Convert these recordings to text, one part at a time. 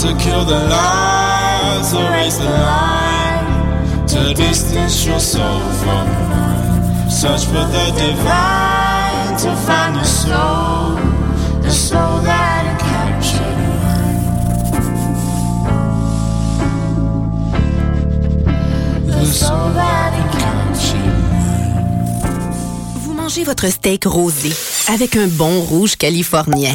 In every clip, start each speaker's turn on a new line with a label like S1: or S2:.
S1: to kill the lies, to raise the line, to distance your soul from mine. Search for the divine, to find the soul, the soul that encaptured mine. The soul that encaptured
S2: Vous mangez votre steak rosé avec un bon rouge californien.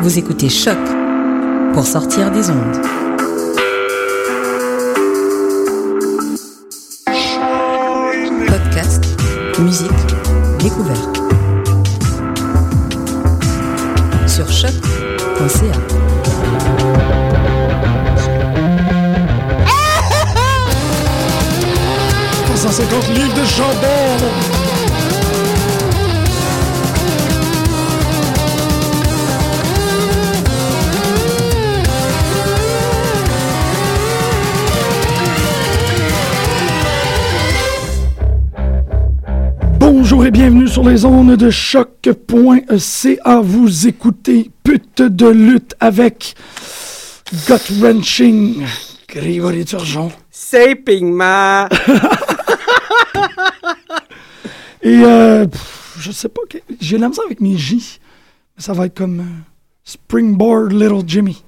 S3: Vous écoutez Choc pour sortir des ondes. Podcast, musique, découverte. Sur choc.ca.
S4: de chandelles. Bonjour et bienvenue sur les ondes de choc.ca. Vous écoutez pute de lutte avec gut wrenching Grégory Turgeon.
S5: C'est Pigma.
S4: Et euh, pff, je sais pas, que- j'ai de la misère avec mes J. Mais ça va être comme euh, Springboard Little Jimmy.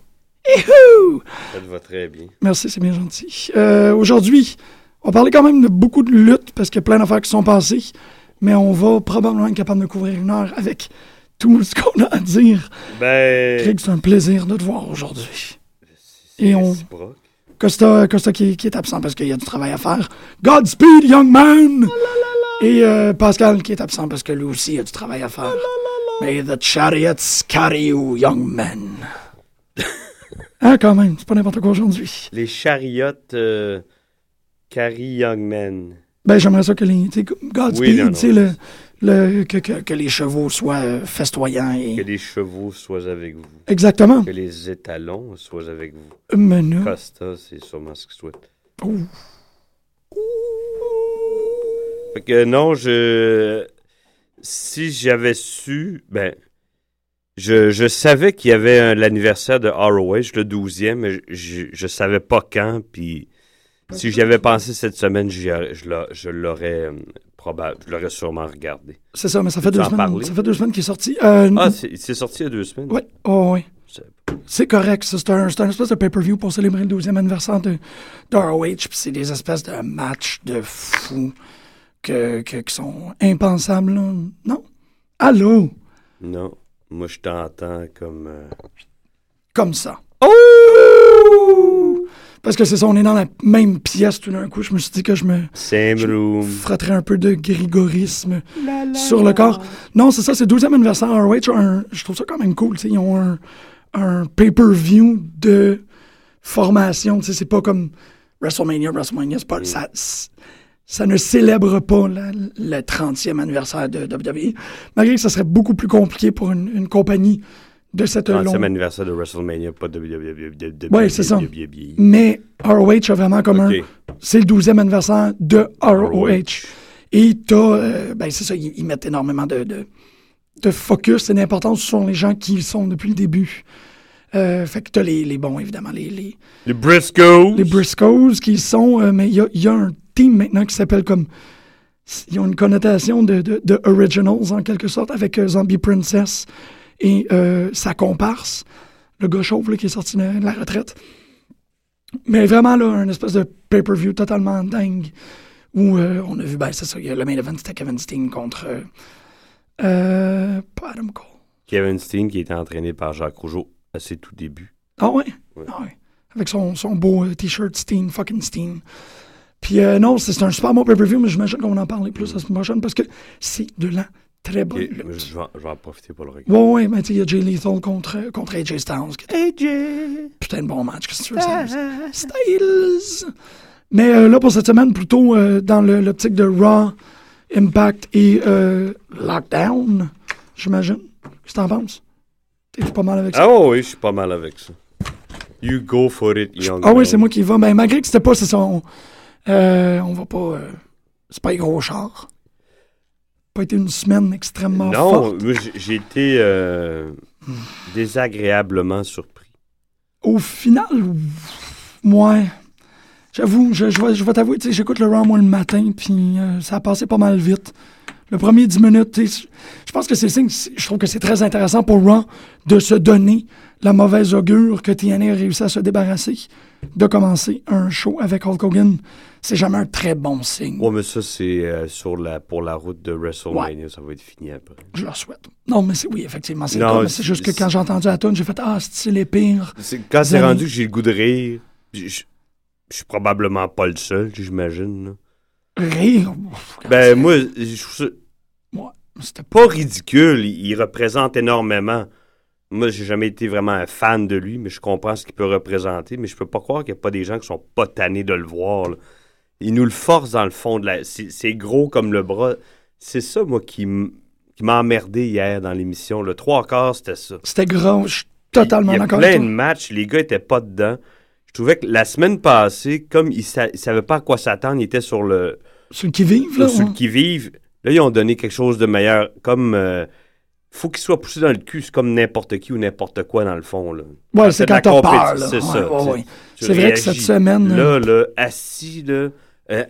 S4: Ihou!
S6: Ça te va très bien.
S4: Merci, c'est bien gentil. Euh, Aujourd'hui, on parlait quand même de beaucoup de luttes parce qu'il y a plein d'affaires qui sont passées, mais on va probablement être capable de couvrir une heure avec tout ce qu'on a à dire.
S6: Ben.
S4: Craig, c'est un plaisir de te voir aujourd'hui. Et on.
S6: réciproque.
S4: Costa, Costa qui, qui est absent parce qu'il y a du travail à faire. Godspeed, young man! Et euh, Pascal qui est absent parce que lui aussi a du travail à faire. May the chariots carry you, young man. ah, quand même, c'est pas n'importe quoi aujourd'hui.
S6: Les chariotes euh, Carrie Youngman.
S4: Ben, j'aimerais ça que les. tu sais, comme
S6: Oui, non,
S4: Godspeed,
S6: non.
S4: Ah, tu sais, le, le- que, que- que les chevaux soient euh, festoyants
S6: Que
S4: et.
S6: les chevaux soient avec vous.
S4: Exactement. Euh,
S6: Que les étalons soient avec vous.
S4: Mais non.
S6: Costa, c'est sûrement ce qu'il souhaite.
S4: Hein? Ouh.
S6: Fait que non, je. Si j'avais su. Ben. Je, je savais qu'il y avait un- l'anniversaire de ROH, le 12e, mais je, je, je savais pas quand, puis. Si j'y avais pensé cette semaine, j'y aurais- je l'a- je l'aurais euh, probable, je l'aurais sûrement regardé.
S4: C'est ça, mais ça fait,
S6: Peux-tu
S4: deux
S6: en
S4: semaines,
S6: parler?
S4: ça fait deux semaines qu'il est sorti. Euh,
S6: Ah, c'est c'est sorti il y a deux semaines.
S4: ouais, oh, ouais.
S6: Je savais pas.
S4: C'est correct, ça. C'est un, c'est un espèce de pay-per-view pour célébrer le 12e anniversaire de, de ROH. Puis c'est des espèces de matchs de fous que, que- qui sont impensables. là. Non? Allô?
S6: Non, moi je t'entends comme. euh,
S4: Comme ça. Oh! Parce que c'est ça, on est dans la même pièce tout d'un coup. Je me suis dit que je me
S6: Same room.
S4: frotterais un peu de grigorisme sur le corps. Non, c'est ça, c'est le 12e anniversaire à ROH. un- je trouve ça quand même cool. tu sais, Ils ont un, un pay-per-view de formation. tu sais, C'est pas comme WrestleMania. WrestleMania, c'est pas, ça, ça ne célèbre pas la- le E. 30e anniversaire de WWE. Malgré que ça serait beaucoup plus compliqué pour une, une compagnie de cette longue...
S6: 30e anniversaire de WrestleMania, pas de. de-
S4: Oui, c'est ça. Mais ROH a vraiment comme
S6: Ok.
S4: un. C'est le 12e anniversaire de ROH.
S6: ROH.
S4: Et t'as. euh, ben, c'est ça, ils, ils mettent énormément de, de, de focus et d'importance sur les gens qui y sont depuis le début. Euh, fait que t'as les, les bons, évidemment, les, les,
S6: Les Briscoes.
S4: les Briscoes qui y sont. euh, mais il y a, il y a un team maintenant qui s'appelle comme. Ils ont une connotation de, de, de Originals, en quelque sorte, avec euh, Zombie Princess et euh, sa comparse, le gars chauve là, qui est sorti de de la retraite. Mais vraiment, là, un espèce de pay-per-view totalement dingue où euh, on a vu, ben, c'est ça, il y a le main event, c'était Kevin Steen contre. euh, Euh. Pas Adam Cole.
S6: Kevin Steen qui était entraîné par Jacques Rougeau à ses tout débuts.
S4: Ah ouais?
S6: Ouais.
S4: Ah ouais. Avec son, son beau euh, t-shirt Steen, fucking Steen. Puis euh, non, c'est c'est un super bon pay-per-view, mais j'imagine qu'on va en parler
S6: Mm.
S4: plus la semaine prochaine parce que c'est de la très bonne
S6: Et
S4: lutte.
S6: je, vais, en- je vais en profiter pour le regarder.
S4: Ouais, ouais, mais tu sais, il y a Jay Lethal contre, euh, contre AJ Styles. AJ! Putain de bon match, qu'est-ce que tu veux, Sam?
S6: Ah.
S4: Styles! Mais euh, là, pour cette semaine, plutôt euh, dans le- l'optique de Raw, Impact et euh, Lockdown, j'imagine. Qu'est-ce que t'en penses? T'es pas mal avec ça?
S6: Ah oui, je suis pas mal avec ça. You go for it, young
S4: Ah oui,
S6: man.
S4: c'est moi qui y va. Mais malgré que c'était pas, c'est ça. On, euh, on va pas. euh, c'est pas un gros char. Pas été une semaine extrêmement
S6: Non,
S4: forte.
S6: moi, j'ai- j'ai été euh, désagréablement surpris.
S4: Au final, moi, j'avoue, je, je vais, je vais t'avouer, tu sais, j'écoute le round moi le matin, puis euh, ça a passé pas mal vite. Le premier 10 minutes, tu sais, je pense que c'est le signe, c'est- je trouve que c'est très intéressant pour Raw de se donner la mauvaise augure que TNA a réussi à se débarrasser de commencer un show avec Hulk Hogan. C'est jamais un très bon signe.
S6: Ouais, mais ça, c'est euh, sur la, pour la route de WrestleMania. Ça va être fini après.
S4: Je leur souhaite. Non, mais c'est oui, effectivement, c'est le
S6: Non,
S4: cas, mais c'est juste que
S6: c'est-
S4: quand j'ai entendu la tune, j'ai fait Ah, c'est les pires.
S6: C'est- Quand c'est
S4: Jamais.
S6: rendu que j'ai le goût de rire, je je- je suis probablement pas le seul, j'imagine. là.
S4: Rire. Ouf, quand
S6: Ben,
S4: c'est-
S6: moi, je trouve ça
S4: C'était pas.
S6: pas ridicule. Il, il représente énormément. Moi, j'ai jamais été vraiment un fan de lui, mais je comprends ce qu'il peut représenter. Mais je peux pas croire qu'il n'y a pas des gens qui sont pas tannés de le voir. là. Il nous le force dans le fond de la. C'est c'est gros comme le bras. C'est ça, moi, qui m- qui m'a emmerdé hier dans l'émission. Le trois quarts, c'était ça.
S4: C'était grand. Je suis totalement
S6: Il y a
S4: d'accord
S6: plein
S4: avec
S6: de
S4: toi.
S6: matchs, les gars étaient pas dedans. Je trouvais que la semaine passée, comme ils sa- ils savaient pas à quoi s'attendre, ils étaient sur le,
S4: Ceux qui vivent, là.
S6: sur
S4: ouais.
S6: le qui vivent. Là, ils ont donné quelque chose de meilleur. Comme euh, faut qu'il soit poussé dans le cul, c'est comme n'importe qui ou n'importe quoi dans le fond. Là.
S4: Ouais, c'est
S6: de la
S4: quand t'as peur,
S6: compétition,
S4: là.
S6: C'est
S4: Ouais,
S6: ça.
S4: ouais,
S6: tu-
S4: ouais.
S6: tu
S4: C'est vrai que
S6: réagis.
S4: cette semaine. euh,
S6: Là, là, assis, là, euh,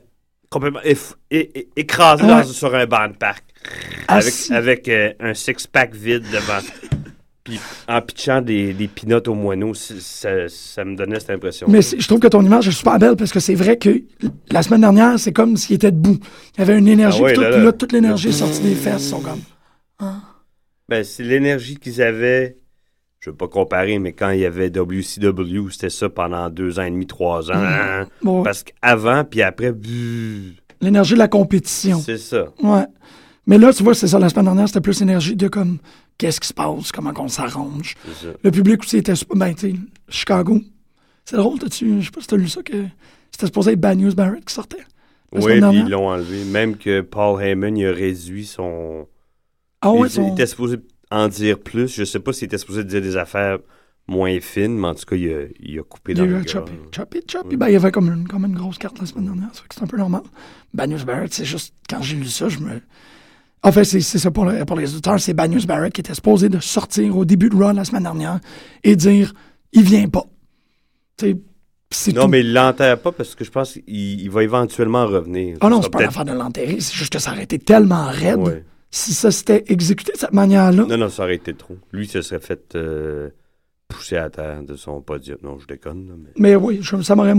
S6: complètement éf- é- é- écrasé
S4: Ouais.
S6: dans- sur un banc de parc. Avec,
S4: assis-
S6: avec euh, un six-pack vide devant. Puis en pitchant des, des pinottes aux moineaux, c- ça, ça me donnait cette impression.
S4: Mais c'est- je trouve que ton image est super belle parce que c'est vrai que la semaine dernière, c'est comme s'il était debout. Il y avait une énergie,
S6: Ah ouais,
S4: puis tout-
S6: là,
S4: puis
S6: là.
S4: là, toute l'énergie est sortie des fesses. ils sont comme.
S6: Ben, c'est l'énergie qu'ils avaient. Je veux pas comparer, mais quand il y avait WCW, c'était ça pendant deux ans et demi, trois ans. hein.
S4: Bon,
S6: Parce qu'avant, puis après, buh,
S4: l'énergie de la compétition.
S6: c'est ça.
S4: Ouais. Mais là, tu vois, c'est ça, la semaine dernière, c'était plus énergie de comme, qu'est-ce qui se passe, comment qu'on s'arrange.
S6: C'est ça.
S4: Le public aussi était, sup- ben, tu sais, Chicago. C'est drôle, t'as-tu, je sais pas si t'as lu ça, que c'était supposé être Bad News Barrett qui sortait. La
S6: Oui,
S4: semaine
S6: puis
S4: dernière.
S6: ils l'ont enlevé. Même que Paul Heyman, il a réduit son...
S4: Ah ouais,
S6: il,
S4: son-
S6: il était supposé en dire plus. Je sais pas s'il était supposé dire des affaires moins fines, mais en tout cas, il a, il a coupé
S4: il y
S6: dans
S4: a
S6: le
S4: eu un
S6: gras,
S4: choppy,
S6: là.
S4: choppy, choppy.
S6: Ouais.
S4: Ben, il y avait comme une, comme une grosse carte la semaine dernière, ça fait que c'est un peu normal. Bad News Barrett, c'est juste, quand j'ai lu ça, je me. En fait, c'est c'est ça pour, le- pour les auditeurs, c'est Bad News Barrett qui était supposé de sortir au début de Raw la semaine dernière et dire, il vient pas. Tu sais, c'est
S6: Non,
S4: tout.
S6: mais il l'enterre pas parce que je pense qu'il il va éventuellement revenir.
S4: Ah non,
S6: Ça
S4: c'est
S6: sera
S4: pas une
S6: peut-être-
S4: affaire de l'enterrer, c'est juste que ça aurait été tellement raide.
S6: Ouais.
S4: Si ça s'était exécuté de cette manière-là,
S6: Non, non, ça aurait été trop. Lui, se serait fait euh, pousser à terre de son podium. Non, je déconne. là, mais...
S4: mais oui, je- ça m'aurait.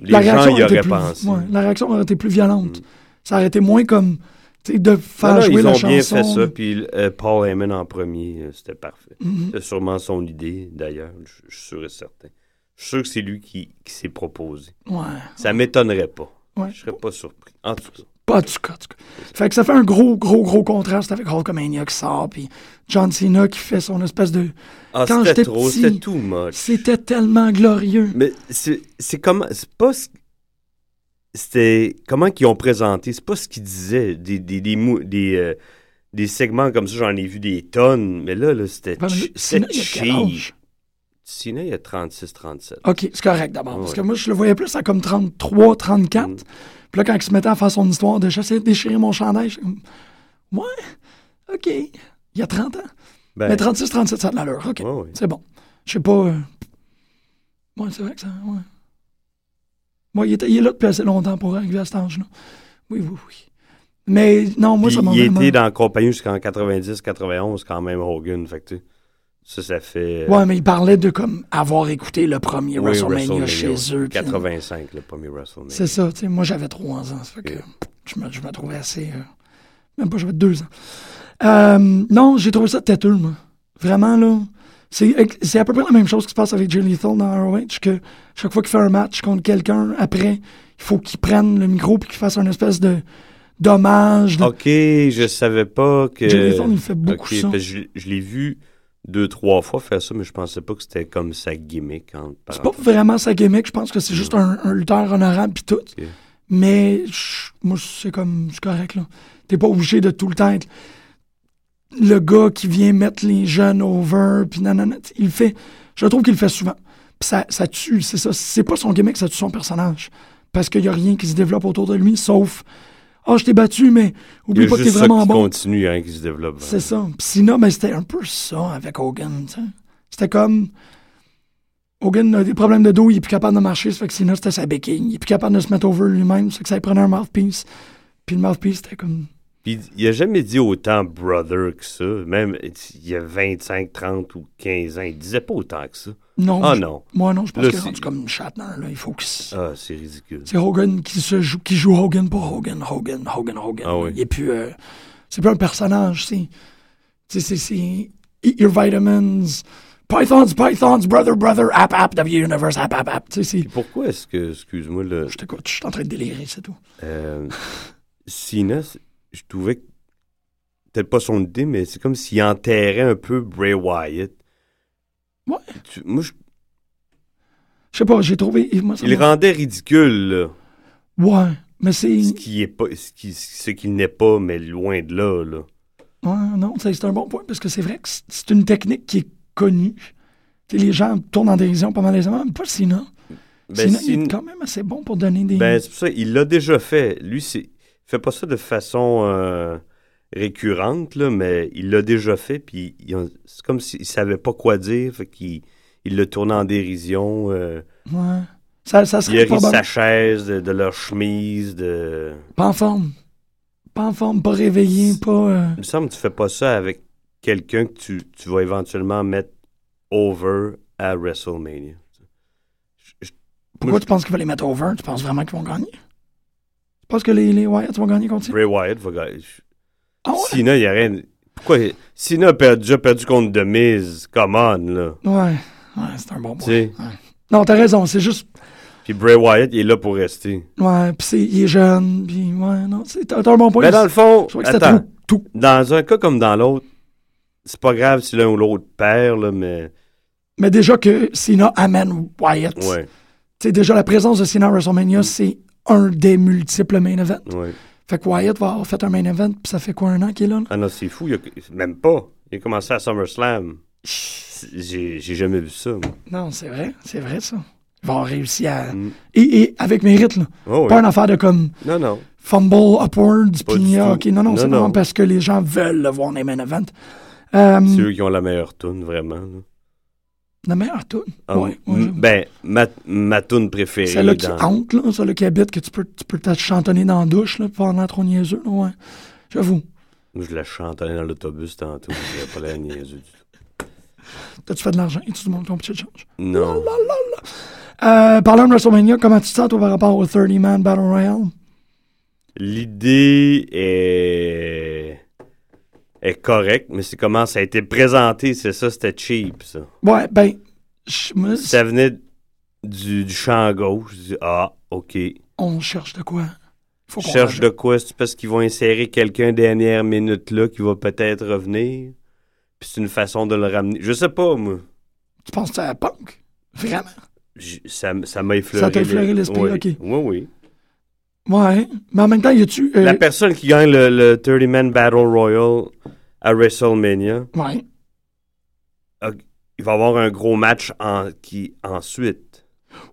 S6: Les
S4: la
S6: gens
S4: réaction
S6: y
S4: aurait été
S6: auraient
S4: plus,
S6: pensé.
S4: ouais, la réaction aurait été plus violente.
S6: Mm.
S4: Ça aurait été moins comme tu sais, de faire
S6: Non, non,
S4: jouer
S6: ils
S4: la
S6: ont
S4: chanson.
S6: bien fait ça. Puis euh, Paul Heyman en premier, euh, c'était parfait.
S4: Mhm.
S6: C'est sûrement son idée, d'ailleurs. Je je suis sûr et certain. Je suis sûr que c'est lui qui, qui s'est proposé.
S4: Ouais,
S6: Ça m'étonnerait pas.
S4: Ah. ouais.
S6: Je serais pas surpris. En tout cas.
S4: Pas du cas, du cas. Fait que ça fait un gros, gros, gros contraste avec Hulkamania qui sort, puis John Cena qui fait son espèce de.
S6: Ah,
S4: Quand
S6: c'était
S4: j'étais
S6: trop,
S4: petit,
S6: c'était too much.
S4: C'était tellement glorieux.
S6: Mais c'est c'est comment. C'est pas ce. C'était. Comment qu'ils ont présenté. C'est pas ce qu'ils disaient. Des, des, des, mou- des, euh, des segments comme ça, j'en ai vu des tonnes, mais là, là c'était
S4: Ben,
S6: chi-
S4: Sina,
S6: c'était
S4: il a quel
S6: cheap.
S4: âge? Ah,
S6: Sina, il y a 36-37.
S4: OK, c'est correct d'abord. Parce
S6: Ouais.
S4: que moi, je le voyais plus à comme 33, 34. Puis
S6: Mm.
S4: là, quand il se mettait à faire son histoire de j'essayais de déchirer mon chandail, j'étais comme, ouais, OK, il y a 30 ans.
S6: Ben,
S4: Mais 36, 37, ça a de l'allure. OK,
S6: Ouais, ouais.
S4: c'est bon. Je sais pas. euh, Ouais, c'est vrai que ça. Ouais. Moi, il, était- il est là depuis assez longtemps pour arriver à cet âge-là. Oui, oui, oui. Mais non, moi,
S6: Puis
S4: ça m'a
S6: il
S4: vraiment-
S6: était dans la compagnie jusqu'en 90-91 quand même, Hogan. Fait que, tu sais, ça, ça fait... euh,
S4: Ouais, mais il parlait de comme avoir écouté le premier
S6: oui,
S4: WrestleMania, chez eux. puis-
S6: 85, le premier WrestleMania.
S4: C'est ça, tu sais, moi j'avais 3 ans, ça fait que je me, je me trouvais assez... euh, même pas, j'avais 2 ans. Euh, non, j'ai trouvé ça têteux, moi. Vraiment, là, c'est ex- c'est à peu près la même chose qui se passe avec Jay Lethal dans ROH, que chaque fois qu'il fait un match contre quelqu'un, après, il faut qu'il prenne le micro puis qu'il fasse une espèce de dommage. de-
S6: OK, je savais pas que...
S4: Jay Lethal, il fait beaucoup
S6: Ok,
S4: ça.
S6: parce que je, je l'ai vu deux, trois fois faire ça, mais je pensais pas que c'était comme sa gimmick. entre
S4: C'est pas
S6: parenthèses.
S4: vraiment sa gimmick, je pense que c'est juste un, un lutteur honorable puis tout. Mais je- moi, c'est comme, c'est correct, là. T'es pas obligé de tout le temps être le gars qui vient mettre les jeunes over, puis nanana. T'sais, Il le fait, je trouve qu'il le fait souvent. Puis ça, ça tue, c'est ça. C'est pas son gimmick, ça tue son personnage. Parce qu'il y a rien qui se développe autour de lui, sauf « Ah, je t'ai battu, mais
S6: Il y
S4: oublie
S6: a
S4: pas que
S6: juste
S4: t'es
S6: ça
S4: vraiment
S6: qui
S4: bon. »
S6: continue, il y a rien qui se développe.
S4: C'est ça. Puis sinon, ben, c'était un peu ça avec Hogan. tu sais. C'était comme. Hogan a des problèmes de dos, il est plus capable de marcher, ça fait que sinon, c'était sa béquille. Il est plus capable de se mettre over lui-même, ça fait que ça lui prenait un mouthpiece. Puis le mouthpiece, c'était comme.
S6: Puis il a jamais dit autant brother que ça. Même il y a 25, 30 ou 15 ans, il disait pas autant que ça.
S4: Non.
S6: Ah
S4: je-
S6: non.
S4: Moi, non, je pense
S6: Là,
S4: qu'il est
S6: c'est-
S4: rendu comme Shatner, là. Il faut que. C'est
S6: Ah, c'est ridicule.
S4: c'est Hogan qui, se joue, qui joue Hogan pour Hogan, Hogan, Hogan, Hogan.
S6: Ah oui.
S4: Il est plus. euh, c'est plus un personnage, c'est. Tu sais, c'est- c'est. Eat your vitamins. Pythons, pythons, brother, brother, app, app, W universe, app, app, app. Tu sais, c'est.
S6: Pourquoi est-ce que, excuse-moi, là,
S4: Je t'écoute, je suis en train de délirer, c'est tout.
S6: euh, Cena, c'est- je trouvais que- peut-être pas son idée, mais c'est comme s'il enterrait un peu Bray Wyatt.
S4: Ouais.
S6: Tu- moi, je-
S4: Je sais pas, j'ai trouvé. Moi, ça
S6: il le
S4: m'a-
S6: rendait ridicule, là.
S4: Ouais, mais c'est.
S6: Ce qui est pas, ce qui- ce qu'il n'est pas, mais loin de là, là.
S4: Ouais, non, c'est c'est un bon point, parce que c'est vrai que c'est- c'est une technique qui est connue. Tu sais, les gens tournent en dérision pendant les événements, mais pas Sina.
S6: Ben,
S4: Sina, il
S6: Cena-
S4: est quand même assez bon pour donner des.
S6: Ben, c'est pour ça, il l'a déjà fait. Lui, c'est- il fait pas ça de façon euh, récurrente, là, mais il l'a déjà fait, puis il a- c'est comme s'il savait pas quoi dire, fait qu'il il le tourné en dérision. euh,
S4: Ouais. Ça, ça
S6: il a
S4: serait
S6: ri de
S4: probablement.
S6: sa chaise, de, de leur chemise, de...
S4: Pas en forme. Pas en forme, pas réveillé, pas. euh,
S6: Il me semble que tu fais pas ça avec quelqu'un que tu, tu vas éventuellement mettre over à WrestleMania. Je- je-
S4: Pourquoi
S6: moi,
S4: tu penses qu'ils vont les mettre over Tu penses vraiment qu'ils vont gagner Tu penses que les, les Wyatt vont gagner contre
S6: je-
S4: Cena
S6: Bray Wyatt va gagner. Je-
S4: Ah ouais
S6: Cena, il y a rien... Pourquoi... Cena a perdu- déjà perdu contre The Miz. Come on, là.
S4: Ouais, ouais c'est un bon
S6: Tu
S4: point.
S6: sais.
S4: Ouais. Non, t'as raison, c'est juste.
S6: Puis Bray Wyatt, il est là pour rester.
S4: Ouais, pis c'est, il est jeune, pis ouais, non, c'est, t'as, t'as un bon point.
S6: Mais dans le fond,
S4: je trouvais que c'était
S6: attends,
S4: trop- tout.
S6: dans un cas comme dans l'autre, c'est pas grave si l'un ou l'autre perd, là, mais
S4: Mais déjà que Cena amène Wyatt,
S6: ouais, Mm.
S4: t'sais, déjà la présence de Cena à WrestleMania, c'est un des multiples main events.
S6: ouais.
S4: Fait que Wyatt va avoir fait un main event, pis ça fait quoi, un an qu'il est là? là?
S6: Ah non, c'est fou, il a- même pas. Il a commencé à SummerSlam. C'est- J'ai j'ai jamais vu ça. moi.
S4: Non, c'est vrai, c'est vrai ça. Ils vont réussir à. Et, et avec mérite, là. Pas
S6: Oh, Mm. oui.
S4: une affaire de comme
S6: Non, non.
S4: fumble upwards,
S6: Pas du
S4: pis
S6: tout.
S4: ok, non, non,
S6: Non,
S4: c'est
S6: non.
S4: vraiment parce que les gens veulent le voir dans les main events. Euh,
S6: C'est eux qui ont la meilleure tune, vraiment. là.
S4: la meilleure tune.
S6: Ah,
S4: ouais,
S6: m-
S4: ouais, j'aime.
S6: ben, ma, ma tune préférée.
S4: Celle-là qui
S6: dans-
S4: hante, là, celle-là qui habite, que tu peux, tu peux te chantonner dans la douche là, pendant trop niaiseux. Là, ouais. J'avoue.
S6: Moi, Je la chantonnais dans l'autobus tantôt. J'avais pas la niaiseux du tout.
S4: T'as-tu fait de l'argent et tu te montres ton petit change?
S6: Non.
S4: Euh, parlant de WrestleMania, comment tu te sens toi, par rapport au 30-man Battle Royale?
S6: L'idée est... est correcte, mais c'est comment ça a été présenté, c'est ça, c'était cheap, ça.
S4: Ouais, ben, je me-
S6: Ça venait du, du champ gauche, je dis, ah, ok.
S4: on cherche de quoi? Faut
S6: Je
S4: qu'on
S6: cherche
S4: rajoute.
S6: de quoi, c'est parce qu'ils vont insérer quelqu'un dernière minute là qui va peut-être revenir. Puis c'est une façon de le ramener. Je sais pas, moi.
S4: Tu penses que c'est à punk? Vraiment?
S6: J- ça m- ça m'a effleuré.
S4: Ça t'a effleuré l'esprit,
S6: oui.
S4: ok.
S6: Oui, oui.
S4: Ouais. Mais en même temps, y a-tu. euh,
S6: La personne qui gagne le, le 30-man Battle Royal à WrestleMania,
S4: Ouais.
S6: il va avoir un gros match en, qui, ensuite.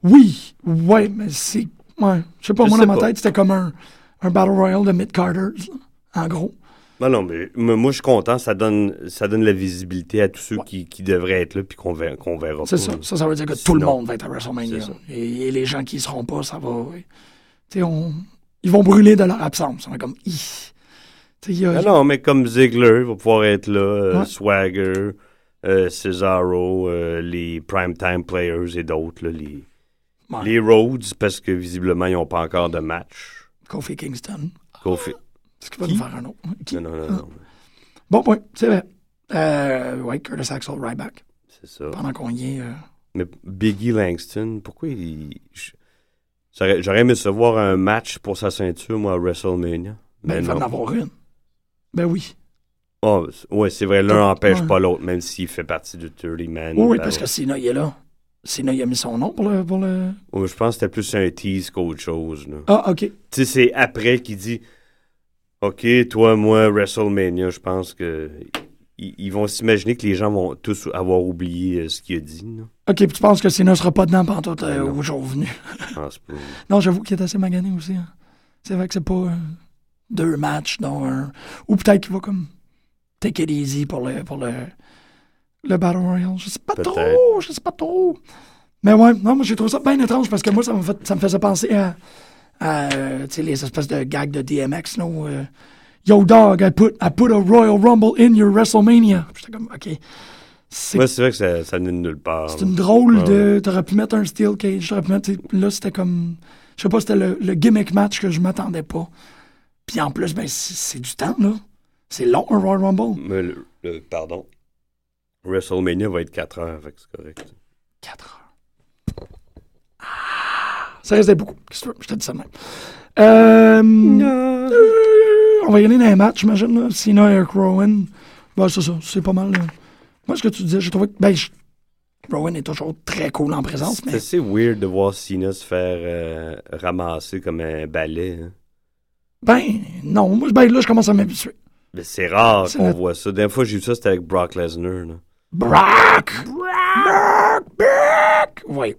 S4: Oui. Ouais, mais c'est. Ouais. Je sais pas,
S6: Je
S4: moi,
S6: sais
S4: dans ma
S6: pas.
S4: tête, c'était comme un, un Battle Royale de Mid-Carters, là, en gros.
S6: Non, non, mais, mais moi, je suis content. Ça donne, ça donne la visibilité à tous ceux qui, qui devraient être là puis qu'on ver- qu'on verra
S4: C'est
S6: pas,
S4: ça.
S6: là.
S4: Ça, ça veut dire que tout le
S6: Sinon,
S4: monde va être à WrestleMania.
S6: c'est ça.
S4: Et, et les gens qui y seront pas, ça va. Tu sais, on... ils vont brûler de leur absence. On est comme. Hi. Tu sais, il y a-
S6: Non, non, mais comme Ziggler, il va pouvoir être là, euh,
S4: Ah, Ouais.
S6: Swagger, euh, Cesaro, euh, les Primetime Players et d'autres, là, les,
S4: Ouais.
S6: les Rhodes, parce que visiblement, ils n'ont pas encore de match.
S4: Kofi Kingston.
S6: Kofi.
S4: Est-ce qu'il va nous faire un autre? Qui?
S6: Non, non, non, non.
S4: Bon point, c'est vrai. Euh, ouais, Curtis Axel, right back.
S6: C'est ça.
S4: Pendant qu'on y est. euh,
S6: Mais Biggie Langston, pourquoi il. je- J'aurais j'aurais aimé se voir un match pour sa ceinture, moi, à WrestleMania.
S4: ben,
S6: Mais
S4: il va en
S6: non.
S4: avoir une. Ben oui.
S6: Ah, c'est- ouais, c'est vrai, l'un empêche
S4: Ouais.
S6: pas l'autre, même s'il fait partie du 30 Man. Euh,
S4: Oui, oui,
S6: Battle.
S4: parce que Sina, il est là. Sina, il a mis son nom pour le. Pour le...
S6: Ouais, je pense que c'était plus un tease qu'autre chose. Là.
S4: Ah, OK.
S6: Tu sais, c'est après qu'il dit OK, toi, moi, WrestleMania, je pense que. Ils ils vont s'imaginer que les gens vont tous avoir oublié euh, ce qu'il a dit. là.
S4: OK, puis tu penses que Sina sera pas dedans pendant tout euh,
S6: Ben non.
S4: au jour venu.
S6: Je pense pas.
S4: Non, j'avoue qu'il est assez magané aussi. hein. C'est vrai que c'est pas euh, deux matchs, dont un. Ou peut-être qu'il va comme take it easy pour le, pour le, le Battle Royale. Je sais pas
S6: Peut-être.
S4: trop, je sais pas trop. Mais ouais, non, moi j'ai trouvé ça bien étrange parce que moi ça me, fait- ça me faisait penser à, à, euh, tu sais, les espèces de gags de DMX, là, où, euh, Yo dog, I put, I put a Royal Rumble in your WrestleMania. J'étais comme, ok. C'est
S6: Moi, c'est vrai que ça, ça venait de nulle part.
S4: c'est une drôle
S6: Ah, Ouais,
S4: de. T'aurais pu mettre un steel cage, t'aurais pu mettre. Là, c'était comme. Je sais pas, c'était le, le gimmick match que je m'attendais pas. Puis en plus, ben, c'est c'est du temps, là. C'est long, un Royal Rumble.
S6: Mais le- le- pardon. WrestleMania va être 4 heures, fait que c'est correct.
S4: 4 heures. Ah, ça restait beaucoup. Qu'est-ce que tu veux? Je te dis ça de même. Euh, euh, on va y aller dans les matchs, j'imagine. là. Cena et Rowan. Ben, c'est ça. C'est pas mal. là. Moi, ce que tu disais, j'ai trouvé que. Ben, je- Rowan est toujours très cool en présence,
S6: C'est
S4: mais.
S6: assez weird de voir Cena se faire euh, ramasser comme un balai. hein.
S4: Ben, non. Moi, ben, là, je commence à m'habituer.
S6: Mais c'est rare
S4: C'est
S6: qu'on
S4: le-
S6: voit ça. Dernière fois que j'ai vu ça, c'était avec Brock Lesnar. là.
S4: Brock! Brock! Brock! Oui.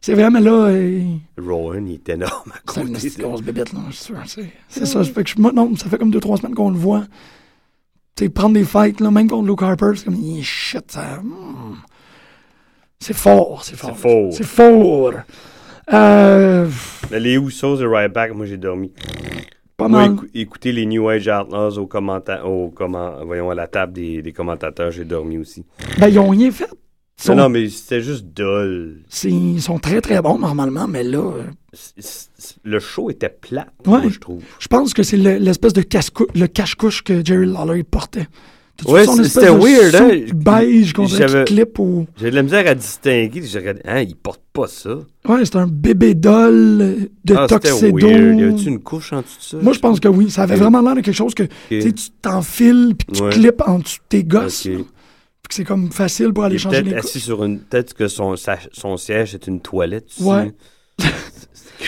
S4: C'est vrai, mais là, euh,
S6: Rowan, il est énorme à
S4: c'est une
S6: côté. Mm.
S4: petite grosse bébête, là, je suis sûr. C'est- C'est ça. ça fait que je- moi, non, ça fait comme deux, trois semaines qu'on le voit. Tu sais, prendre des fights, là, même contre Luke Harper, c'est comme, Eh, shit, ça. hmm. C'est fort, c'est fort.
S6: C'est fort.
S4: C'est fort. Euh,
S6: Mais les Usos et Ryback, moi j'ai dormi.
S4: pas
S6: Ah, Moi,
S4: mal.
S6: écou- écouter les New Age Outlaws au commenta au comment voyons, à la table des, des commentateurs, j'ai dormi aussi.
S4: Ben, ils ont rien fait. Ils sont,
S6: Non, non, mais c'était juste dull.
S4: c'est- ils sont très, très bons, normalement, mais là, euh,
S6: C- c- Le show était plat,
S4: Ouais.
S6: moi, je trouve.
S4: je pense que c'est le- l'espèce de casse-cou- le cache-couche que Jerry Lawler il portait. T'as-tu
S6: Ouais,
S4: vu son
S6: c'est-
S4: espèce
S6: c'était
S4: de
S6: weird, hein?
S4: suit beige qu'on dirait qu'il
S6: J'avais-
S4: clip au...
S6: J'ai de la misère à distinguer. J'ai regardé, hein, il porte pas ça.
S4: Ouais, c'est un bébé doll de
S6: ah, c'était
S4: Tuxedo.
S6: weird. Y avait-tu une couche en dessous de ça?
S4: Moi, je pense que oui. Ça avait
S6: Ok.
S4: vraiment l'air de quelque chose que tu sais, tu t'enfiles puis tu
S6: Ouais.
S4: clips en dessous de tes gosses.
S6: Ok.
S4: là. Puis que c'est comme facile pour aller
S6: Il est
S4: changer
S6: peut-être
S4: les
S6: assis
S4: couches.
S6: sur une. Peut-être que son, sa- son siège est une toilette. tu
S4: Ouais.
S6: sais.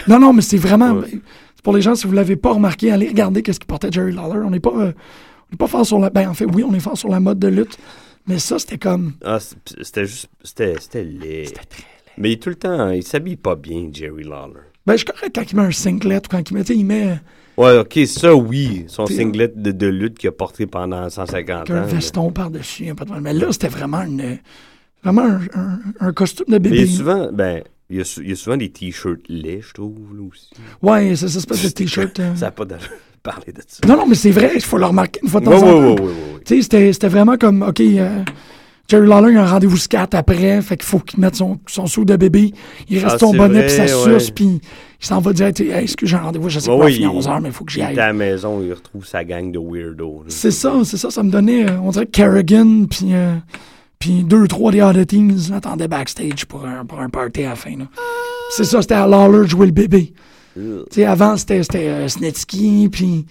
S4: Non, non, mais c'est vraiment...
S6: Ouais.
S4: ben, Pour les gens, si vous l'avez pas remarqué, allez regarder qu'est-ce qu'il portait Jerry Lawler. On n'est pas, euh, on n'est pas fort sur la... Ben, en fait, oui, on est fort sur la mode de lutte. Mais ça, c'était comme...
S6: Ah, c- c'était juste. C'était c'était laid. Mais il est tout le temps. Il s'habille pas bien, Jerry Lawler.
S4: Ben, je suis correct quand il met un singlet ou quand il met... tu sais, il met... euh,
S6: Ouais, ok, ça oui. Son
S4: T'es-
S6: singlet de, de lutte qu'il a porté pendant 150
S4: Avec un
S6: ans.
S4: veston par-dessus, un peu de mal. Mais là, c'était vraiment une. Vraiment un, un- un costume de
S6: Mais il
S4: bébé.
S6: y a souvent. Ben, il y a, sou- il y a souvent des t-shirts laids, je trouve, là aussi.
S4: Ouais, c'est cette espèce de t-shirt. euh.
S6: Ça n'a pas d'allure de parler de ça.
S4: Non, non, mais c'est vrai, il faut le remarquer une fois de temps
S6: Ouais,
S4: en temps.
S6: ouais, ouais, ouais, ouais, ouais.
S4: Tu sais, c'était- c'était vraiment comme, OK, euh, Jerry Lawler, il a un rendez-vous scat après, fait qu'il faut qu'il mette son, son sou de bébé, il reste
S6: Ah,
S4: son
S6: c'est
S4: bonnet,
S6: vrai,
S4: puis ça
S6: ouais.
S4: suce, puis il s'en va dire, tu sais, Hey, est-ce que j'ai un rendez-vous, je sais
S6: Ouais,
S4: pas,
S6: ouais,
S4: il finit à 11h, mais il faut que j'y
S6: Il
S4: aille.
S6: est à la maison, il retrouve sa gang de weirdos. là.
S4: C'est ça, c'est ça, ça me donnait, euh, on dirait Kerrigan, puis euh, puis deux, trois des Oddities l'attendaient backstage pour un, pour un party à la fin. là. C'est ça, c'était à Lawler de jouer le bébé. Tu sais, avant, c'était c'était, euh, Snitsky, puis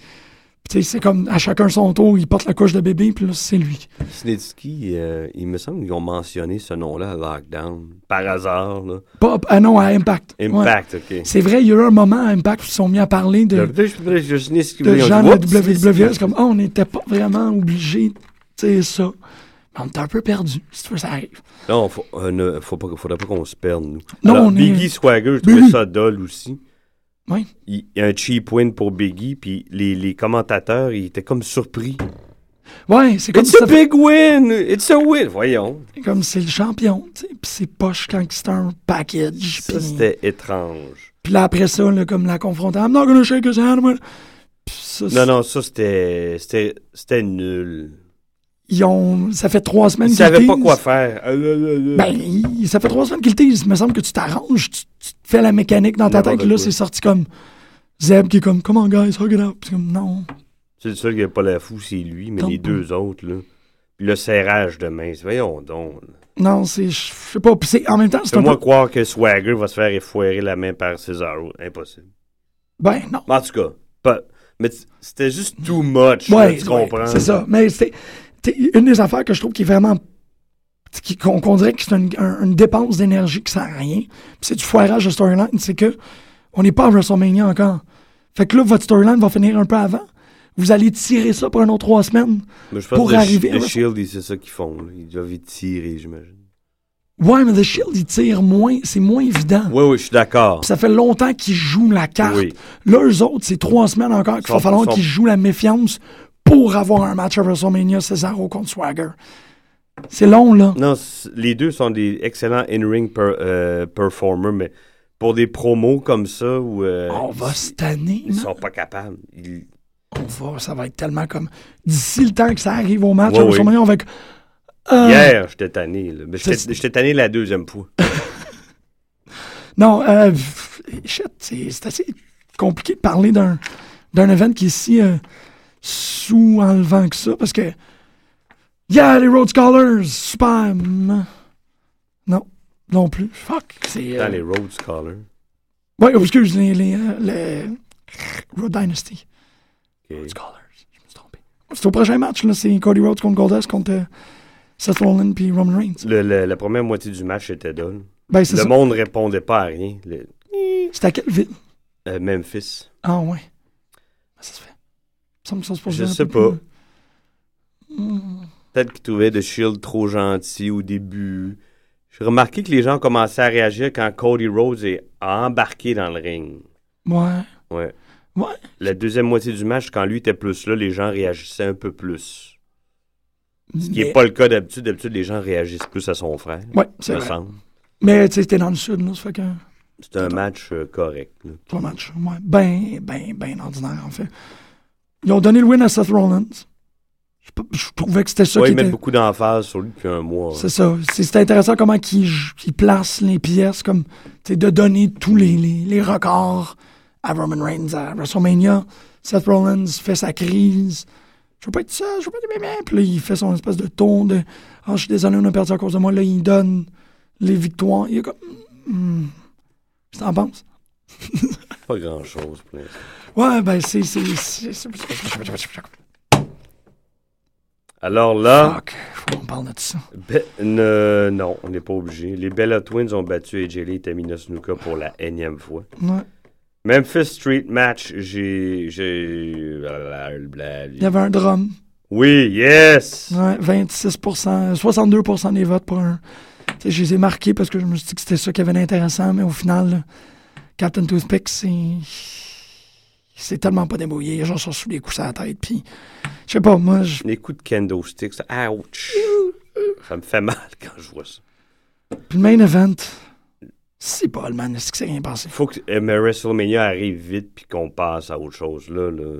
S4: puis Tu sais, c'est comme à chacun son tour, il porte la couche de bébé, puis là, c'est lui.
S6: Snitsky, euh, il me semble qu'ils ont mentionné ce nom-là à Lockdown, par hasard. Là.
S4: Pas, ah non, à Impact.
S6: Impact, OK.
S4: C'est vrai, il y a eu un moment à Impact où ils se sont mis à parler de,
S6: Le- je- je- Snitsky,
S4: de
S6: ils ont
S4: gens
S6: dit,
S4: de la
S6: Oups, Snitsky.
S4: WWE. C'est comme, ah, on n'était pas vraiment obligé de dire ça. Mais on était un peu perdu, si tu veux, ça arrive.
S6: Non, faut, euh, ne- faut pas, faudrait pas qu'on se perde, nous.
S4: Non,
S6: Alors,
S4: on est-
S6: Biggie Swagger, je
S4: Oui,
S6: trouvais
S4: oui.
S6: ça dole aussi.
S4: Oui.
S6: Il il y a un cheap win pour Biggie, puis les, les commentateurs, ils étaient comme surpris.
S4: Ouais, c'est comme si
S6: It's a
S4: ça
S6: big win! It's a win! Voyons.
S4: comme c'est le champion, tu sais, puis c'est poche quand c'est un package.
S6: Ça,
S4: puis-
S6: c'était étrange.
S4: Puis là, après ça, là, comme la confrontation, I'm not gonna shake his hand. man. Puis ça,
S6: Non, non, ça, c'était c'était- c'était nul.
S4: Ils ont, ça fait trois semaines
S6: Ils
S4: qu'ils
S6: savaient pas
S4: teasent.
S6: quoi faire. Euh, euh, euh,
S4: Ben, il- ça fait trois semaines qu'ils teasent. Il me semble que tu t'arranges, tu, tu te fais la mécanique dans ta
S6: N'importe
S4: tête. Là,
S6: quoi.
S4: c'est sorti comme Zeb qui est comme, come on guys, hug it out. Puis c'est comme, non.
S6: C'est le seul qui n'a pas la fou, c'est lui, mais
S4: Tom
S6: les
S4: Poum.
S6: deux autres, là. Puis le serrage de main, voyons donc. là.
S4: Non, c'est, je sais pas. Puis c'est, en même temps, c'est un
S6: Fais-moi
S4: peu.
S6: croire que Swagger va se faire effouérer la main par Cesaro. Impossible.
S4: Ben, non.
S6: Mais en tout cas, pas- mais c- c'était juste too much, là,
S4: Ouais,
S6: tu
S4: ouais,
S6: comprends?
S4: C'est ça. Mais c'est t'sais, une des affaires que je trouve qui est vraiment. qui- qu'on qu'on dirait que c'est une, un- une dépense d'énergie qui sert à rien. Puis c'est du foirage de storyline. C'est que on n'est pas à WrestleMania encore. Fait que là, votre storyline va finir un peu avant. Vous allez tirer ça pendant trois semaines.
S6: Mais je pense
S4: Pour
S6: que le-
S4: arriver à
S6: le
S4: Wrestle-
S6: Shield, ils- c'est ça qu'ils font. là. Ils doivent y tirer, j'imagine.
S4: Ouais, mais The Shield, il tire moins. C'est moins évident.
S6: Oui, oui, je suis d'accord.
S4: Puis ça fait longtemps qu'ils jouent la carte.
S6: Oui.
S4: Là, eux autres, c'est trois semaines encore qu'il
S6: Sont-
S4: va falloir
S6: sont-
S4: qu'ils jouent la méfiance pour avoir un match à WrestleMania Cesaro contre Swagger. C'est long, là.
S6: Non, c- les deux sont des excellents in-ring per- euh, performers, mais pour des promos comme ça où euh,
S4: On va se tanner,
S6: ils
S4: man.
S6: sont pas capables. Ils-
S4: On va, ça va être tellement comme. D'ici le temps que ça arrive au match,
S6: Ouais,
S4: à WrestleMania, on va être. Euh,
S6: Hier, j'étais tanné. là. Mais J'étais
S4: C'est-
S6: j'étais tanné la deuxième fois.
S4: Non, euh, pff, shit, c'est c'est assez compliqué de parler d'un d'un event qui est si euh, sous-enlevant que ça, parce que. Yeah, les Road Scholars, super. Non, non plus. Fuck, c'est.
S6: Dans
S4: euh,
S6: les Rhodes Scholars.
S4: Ouais, oh, excuse, les. les, euh, les- Road Dynasty.
S6: Ok.
S4: Road Scholars, je me suis trompé. C'est au prochain match, là, c'est Cody Rhodes contre Goldust contre euh, Seth Rollins puis Roman Reigns.
S6: Le- le- la première moitié du match était donne.
S4: Ben,
S6: Le
S4: c'est ça.
S6: monde répondait pas à rien. Le-
S4: C'est à quelle ville?
S6: euh, Memphis.
S4: Ah, ouais. Ben, ça se fait. Ça me ça se pose
S6: Je
S4: bien un
S6: sais
S4: peu
S6: pas.
S4: plus. Hmm.
S6: Peut-être qu'ils trouvaient The Shield trop gentil au début. J'ai remarqué que les gens commençaient à réagir quand Cody Rhodes est embarqué dans le ring.
S4: Ouais.
S6: Ouais.
S4: Ouais.
S6: La deuxième moitié du match, quand lui était plus là, les gens réagissaient un peu plus. Ce qui n'est
S4: Mais-
S6: pas le cas d'habitude. D'habitude, les gens réagissent plus à son frère,
S4: Ouais, c'est
S6: me
S4: vrai.
S6: semble.
S4: Mais, tu sais, c'était dans le sud, là, ça fait que.
S6: C'est un match euh, correct. là.
S4: Trois matchs. Ouais. Ben, ben, ben ordinaire, en fait. Ils ont donné le win à Seth Rollins. Je, p- je trouvais que c'était ça
S6: Ouais,
S4: qui
S6: ils mettent
S4: était.
S6: beaucoup d'emphase sur lui depuis un mois. hein.
S4: C'est ça. C'est- C'était intéressant comment ils placent les pièces, comme, tu sais, de donner tous les, les, les records à Roman Reigns à WrestleMania. Seth Rollins fait sa crise. Je veux pas être ça, je veux pas être mémé. Puis là, il fait son espèce de ton de Ah, je suis désolé, on a perdu à cause de moi. Là, il donne les victoires. Il est comme. Hmm. Qu'est-ce que t'en penses?
S6: Pas grand-chose. pour l'instant.
S4: Ouais, ben, c'est. c'est- c'est- c'est-
S6: Alors là...
S4: Fuck, faut qu'on parle de ça.
S6: Be- Ben, ne- non, on n'est pas obligé. Les Bella Twins ont battu AJ Lee et Tamina Snuka pour la énième fois.
S4: Ouais.
S6: Memphis Street Match, j'ai... j'ai- blablabla.
S4: Il y avait un drum.
S6: Oui, yes!
S4: Ouais, 26 62 des votes pour un. Tu sais, je les ai marqués parce que je me suis dit que c'était ça qui avait d'intéressant, mais au final, là, Captain Toothpick, c'est. C'est tellement pas débrouillé. Les gens sont sous les coups à la tête, puis. Je sais pas, moi, je.
S6: Les coups de kendo sticks, ouch! Ça me fait mal quand je vois ça.
S4: Puis le main event, c'est pas le man, est-ce que c'est rien passé?
S6: Faut que euh, mais WrestleMania arrive vite puis qu'on passe à autre chose. Là, là.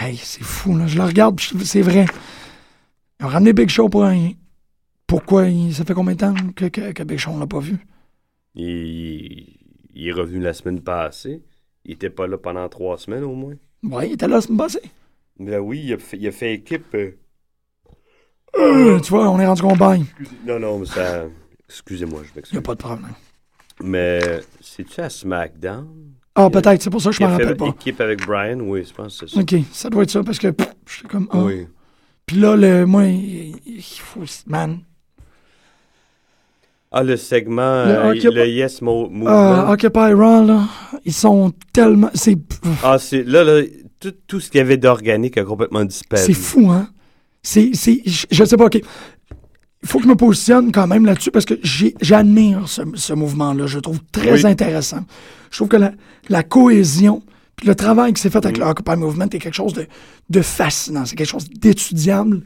S4: Hey, c'est fou, là. Je le regarde, puis je- c'est vrai. Ils ont ramené Big Show pour rien. Pourquoi? il- Ça fait combien de temps que, que, que Big Show, on l'a pas vu?
S6: Il, il est revenu la semaine passée. Il était pas là pendant trois semaines au moins.
S4: Ouais, il était là la semaine passée.
S6: Ben oui, il a fait, il a fait équipe. euh,
S4: Euh, tu vois, on est rendu qu'on baille.
S6: Non, non, mais ça. Excusez-moi, je
S4: Il n'y a
S6: m'excuse.
S4: pas de problème.
S6: Mais c'est-tu à SmackDown
S4: Ah, peut-être, c'est pour ça que je
S6: Il
S4: m'en
S6: a fait
S4: rappelle pas.
S6: équipe avec Brian, oui, je pense que c'est ça.
S4: Ok, ça doit être ça parce que pff, j'étais comme. ah.
S6: Oui.
S4: Puis là, le, moi, il il faut. Man.
S6: Ah, le segment,
S4: Le
S6: euh, le,
S4: Occupy-
S6: Yes Mo- Movement.
S4: Euh, Occupy Raw, là, ils sont tellement. C'est
S6: Ah, c'est, là, là, tout, tout ce qu'il y avait d'organique a complètement disparu.
S4: c'est fou, hein? C'est. c'est- Je, je sais pas, ok. Il faut que je me positionne quand même là-dessus parce que j'ai- j'admire ce, ce mouvement-là. Je le trouve très
S6: Oui.
S4: intéressant. Je trouve que la, la cohésion. Puis le travail qui s'est fait avec le Occupy Movement est quelque chose de, de fascinant. C'est quelque chose d'étudiable.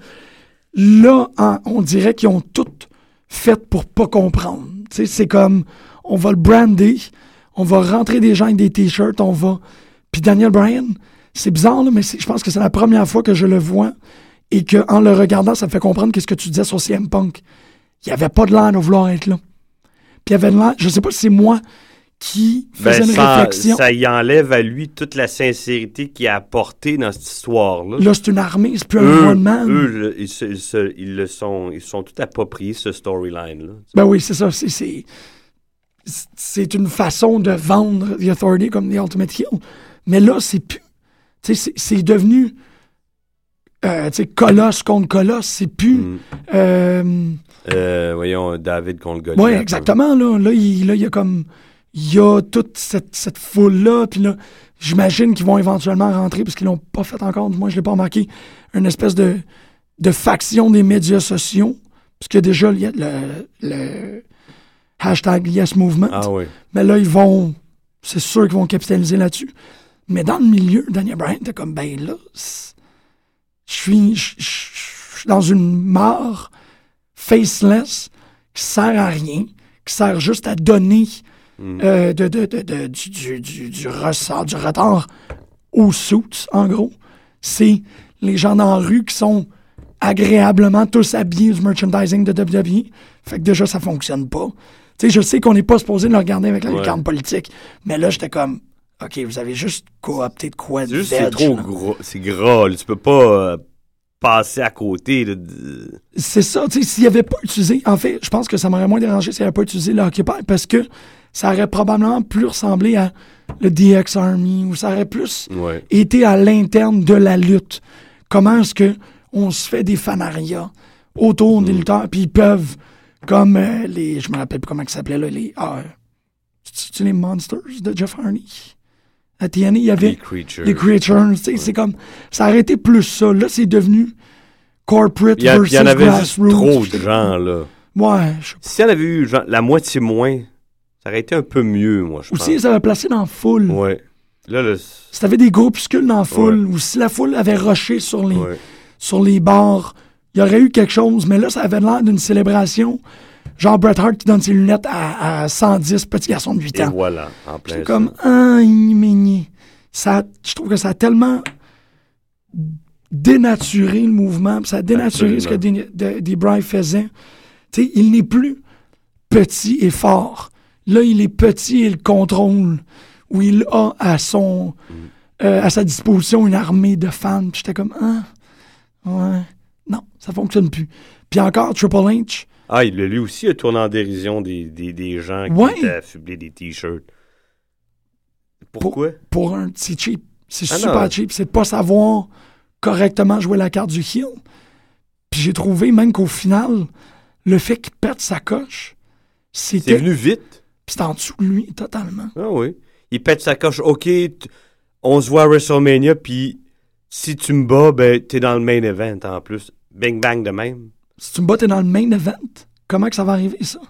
S4: là, en- on dirait qu'ils ont tout fait pour pas comprendre. Tu sais, c'est comme, on va le brander, on va rentrer des gens avec des t-shirts, on va... Puis Daniel Bryan, c'est bizarre, là, mais c'est- je pense que c'est la première fois que je le vois et que en le regardant, ça me fait comprendre qu'est-ce que tu disais sur CM Punk. Il n'y avait pas de l'air de vouloir être là. Puis il y avait de l'air... Je sais pas si c'est moi qui
S6: Ben,
S4: faisais une
S6: ça,
S4: réflexion.
S6: ça y enlève à lui toute la sincérité qu'il a apportée dans cette histoire-là.
S4: Là, c'est une armée, c'est plus un
S6: eux,
S4: one man.
S6: eux, le- ils, se- ils se- ils le sont, ils sont tout appropriés, ce storyline-là.
S4: Ben oui, c'est ça. c'est- C'est c'est une façon de vendre The Authority comme The Ultimate Heel. Mais là, c'est plus. Tu sais, c'est- c'est devenu. euh, tu sais, colosse contre colosse, c'est plus.
S6: Mm.
S4: euh,
S6: Euh, voyons, David contre Goliath.
S4: oui, exactement. Là, là, il, là, il y a comme. Il y a toute cette, cette foule-là. Puis là, j'imagine qu'ils vont éventuellement rentrer, parce qu'ils l'ont pas fait encore, du moins, je l'ai pas remarqué, une espèce de, de faction des médias sociaux. Parce que déjà, il y a le, le hashtag Yes Movement.
S6: Ah oui.
S4: Mais là, ils vont. C'est sûr qu'ils vont capitaliser là-dessus. Mais dans le milieu, Daniel Bryan était comme, ben là, c'est- je suis je- je- je suis dans une mort faceless qui sert à rien, qui sert juste à donner
S6: Mm.
S4: euh, de, de- de- de- du, du- du- du ressort, du retard aux suits, en gros. C'est les gens dans la rue qui sont agréablement tous habillés du merchandising de WWE. Fait que déjà, ça fonctionne pas. Tu sais, je sais qu'on n'est pas supposé de le regarder avec la
S6: Ouais.
S4: lucarne politique, mais là, j'étais comme, OK, vous avez juste coopté de quoi
S6: C'est
S4: de
S6: juste, c'est
S4: veg,
S6: trop
S4: là.
S6: gros. C'est gras, là. Tu peux pas euh, passer à côté. là, de-
S4: C'est ça, tu sais, s'il avait pas utilisé, en fait, je pense que ça m'aurait moins dérangé s'il avait pas utilisé le Occupy parce que ça aurait probablement plus ressemblé à le DX Army ou ça aurait plus
S6: Ouais.
S4: été à l'interne de la lutte. Comment est-ce que on se fait des fanariats autour
S6: Mm.
S4: des lutteurs, puis ils peuvent, comme euh, les, je me rappelle plus comment ils s'appelaient, là, les, ah, euh, c'est-tu les Monsters de Jeff Harney? À TNA, il y avait
S6: Les creatures.
S4: les Creatures, tu sais, c'est comme, ça aurait été plus ça, là, c'est devenu corporate
S6: Il y, a- il
S4: versus
S6: y en avait juste
S4: grassroots.
S6: trop de gens, là.
S4: Ouais, je sais pas.
S6: Si elle avait eu genre, la moitié moins, ça aurait été un peu mieux, moi, je
S4: Ou
S6: pense.
S4: si ils avaient placé dans la foule.
S6: Ouais. Là, le...
S4: Si t'avais des groupuscules dans la foule, ou si la foule avait rushé sur les,
S6: Ouais.
S4: sur les bars, il y aurait eu quelque chose, mais là, ça avait l'air d'une célébration. Genre Bret Hart qui donne ses lunettes à, à 110 petits garçons de 8
S6: Et
S4: ans.
S6: voilà, en plein
S4: C'est
S6: ça.
S4: comme un ignominie. Ça, je trouve que ça a tellement dénaturé le mouvement, puis ça a dénaturé ce que Deni- de- Debray faisait. Tu sais, il n'est plus petit et fort. Là, il est petit et le contrôle. Où il a à son euh, à sa disposition une armée de fans. Puis J'étais comme ah ouais non ça fonctionne plus. Puis encore Triple H.
S6: Ah, il, lui aussi a tourné en dérision des, des, des gens qui
S4: Ouais.
S6: étaient affublés des t-shirts. Pourquoi?
S4: pour un c'est cheap. C'est
S6: Ah
S4: super
S6: non.
S4: cheap. C'est de pas savoir correctement jouer la carte du heel. Puis j'ai trouvé même qu'au final, le fait qu'il perde sa coche,
S6: C'est
S4: c'était. Puis
S6: venu vite.
S4: c'était en dessous de lui totalement.
S6: Ah oui. Il pète sa coche. OK, t- on se voit à WrestleMania, puis si tu me bats, ben, t'es dans le main event en plus. Bing bang de même.
S4: Si tu me bats, t'es dans le main event. Comment que ça va arriver, ça?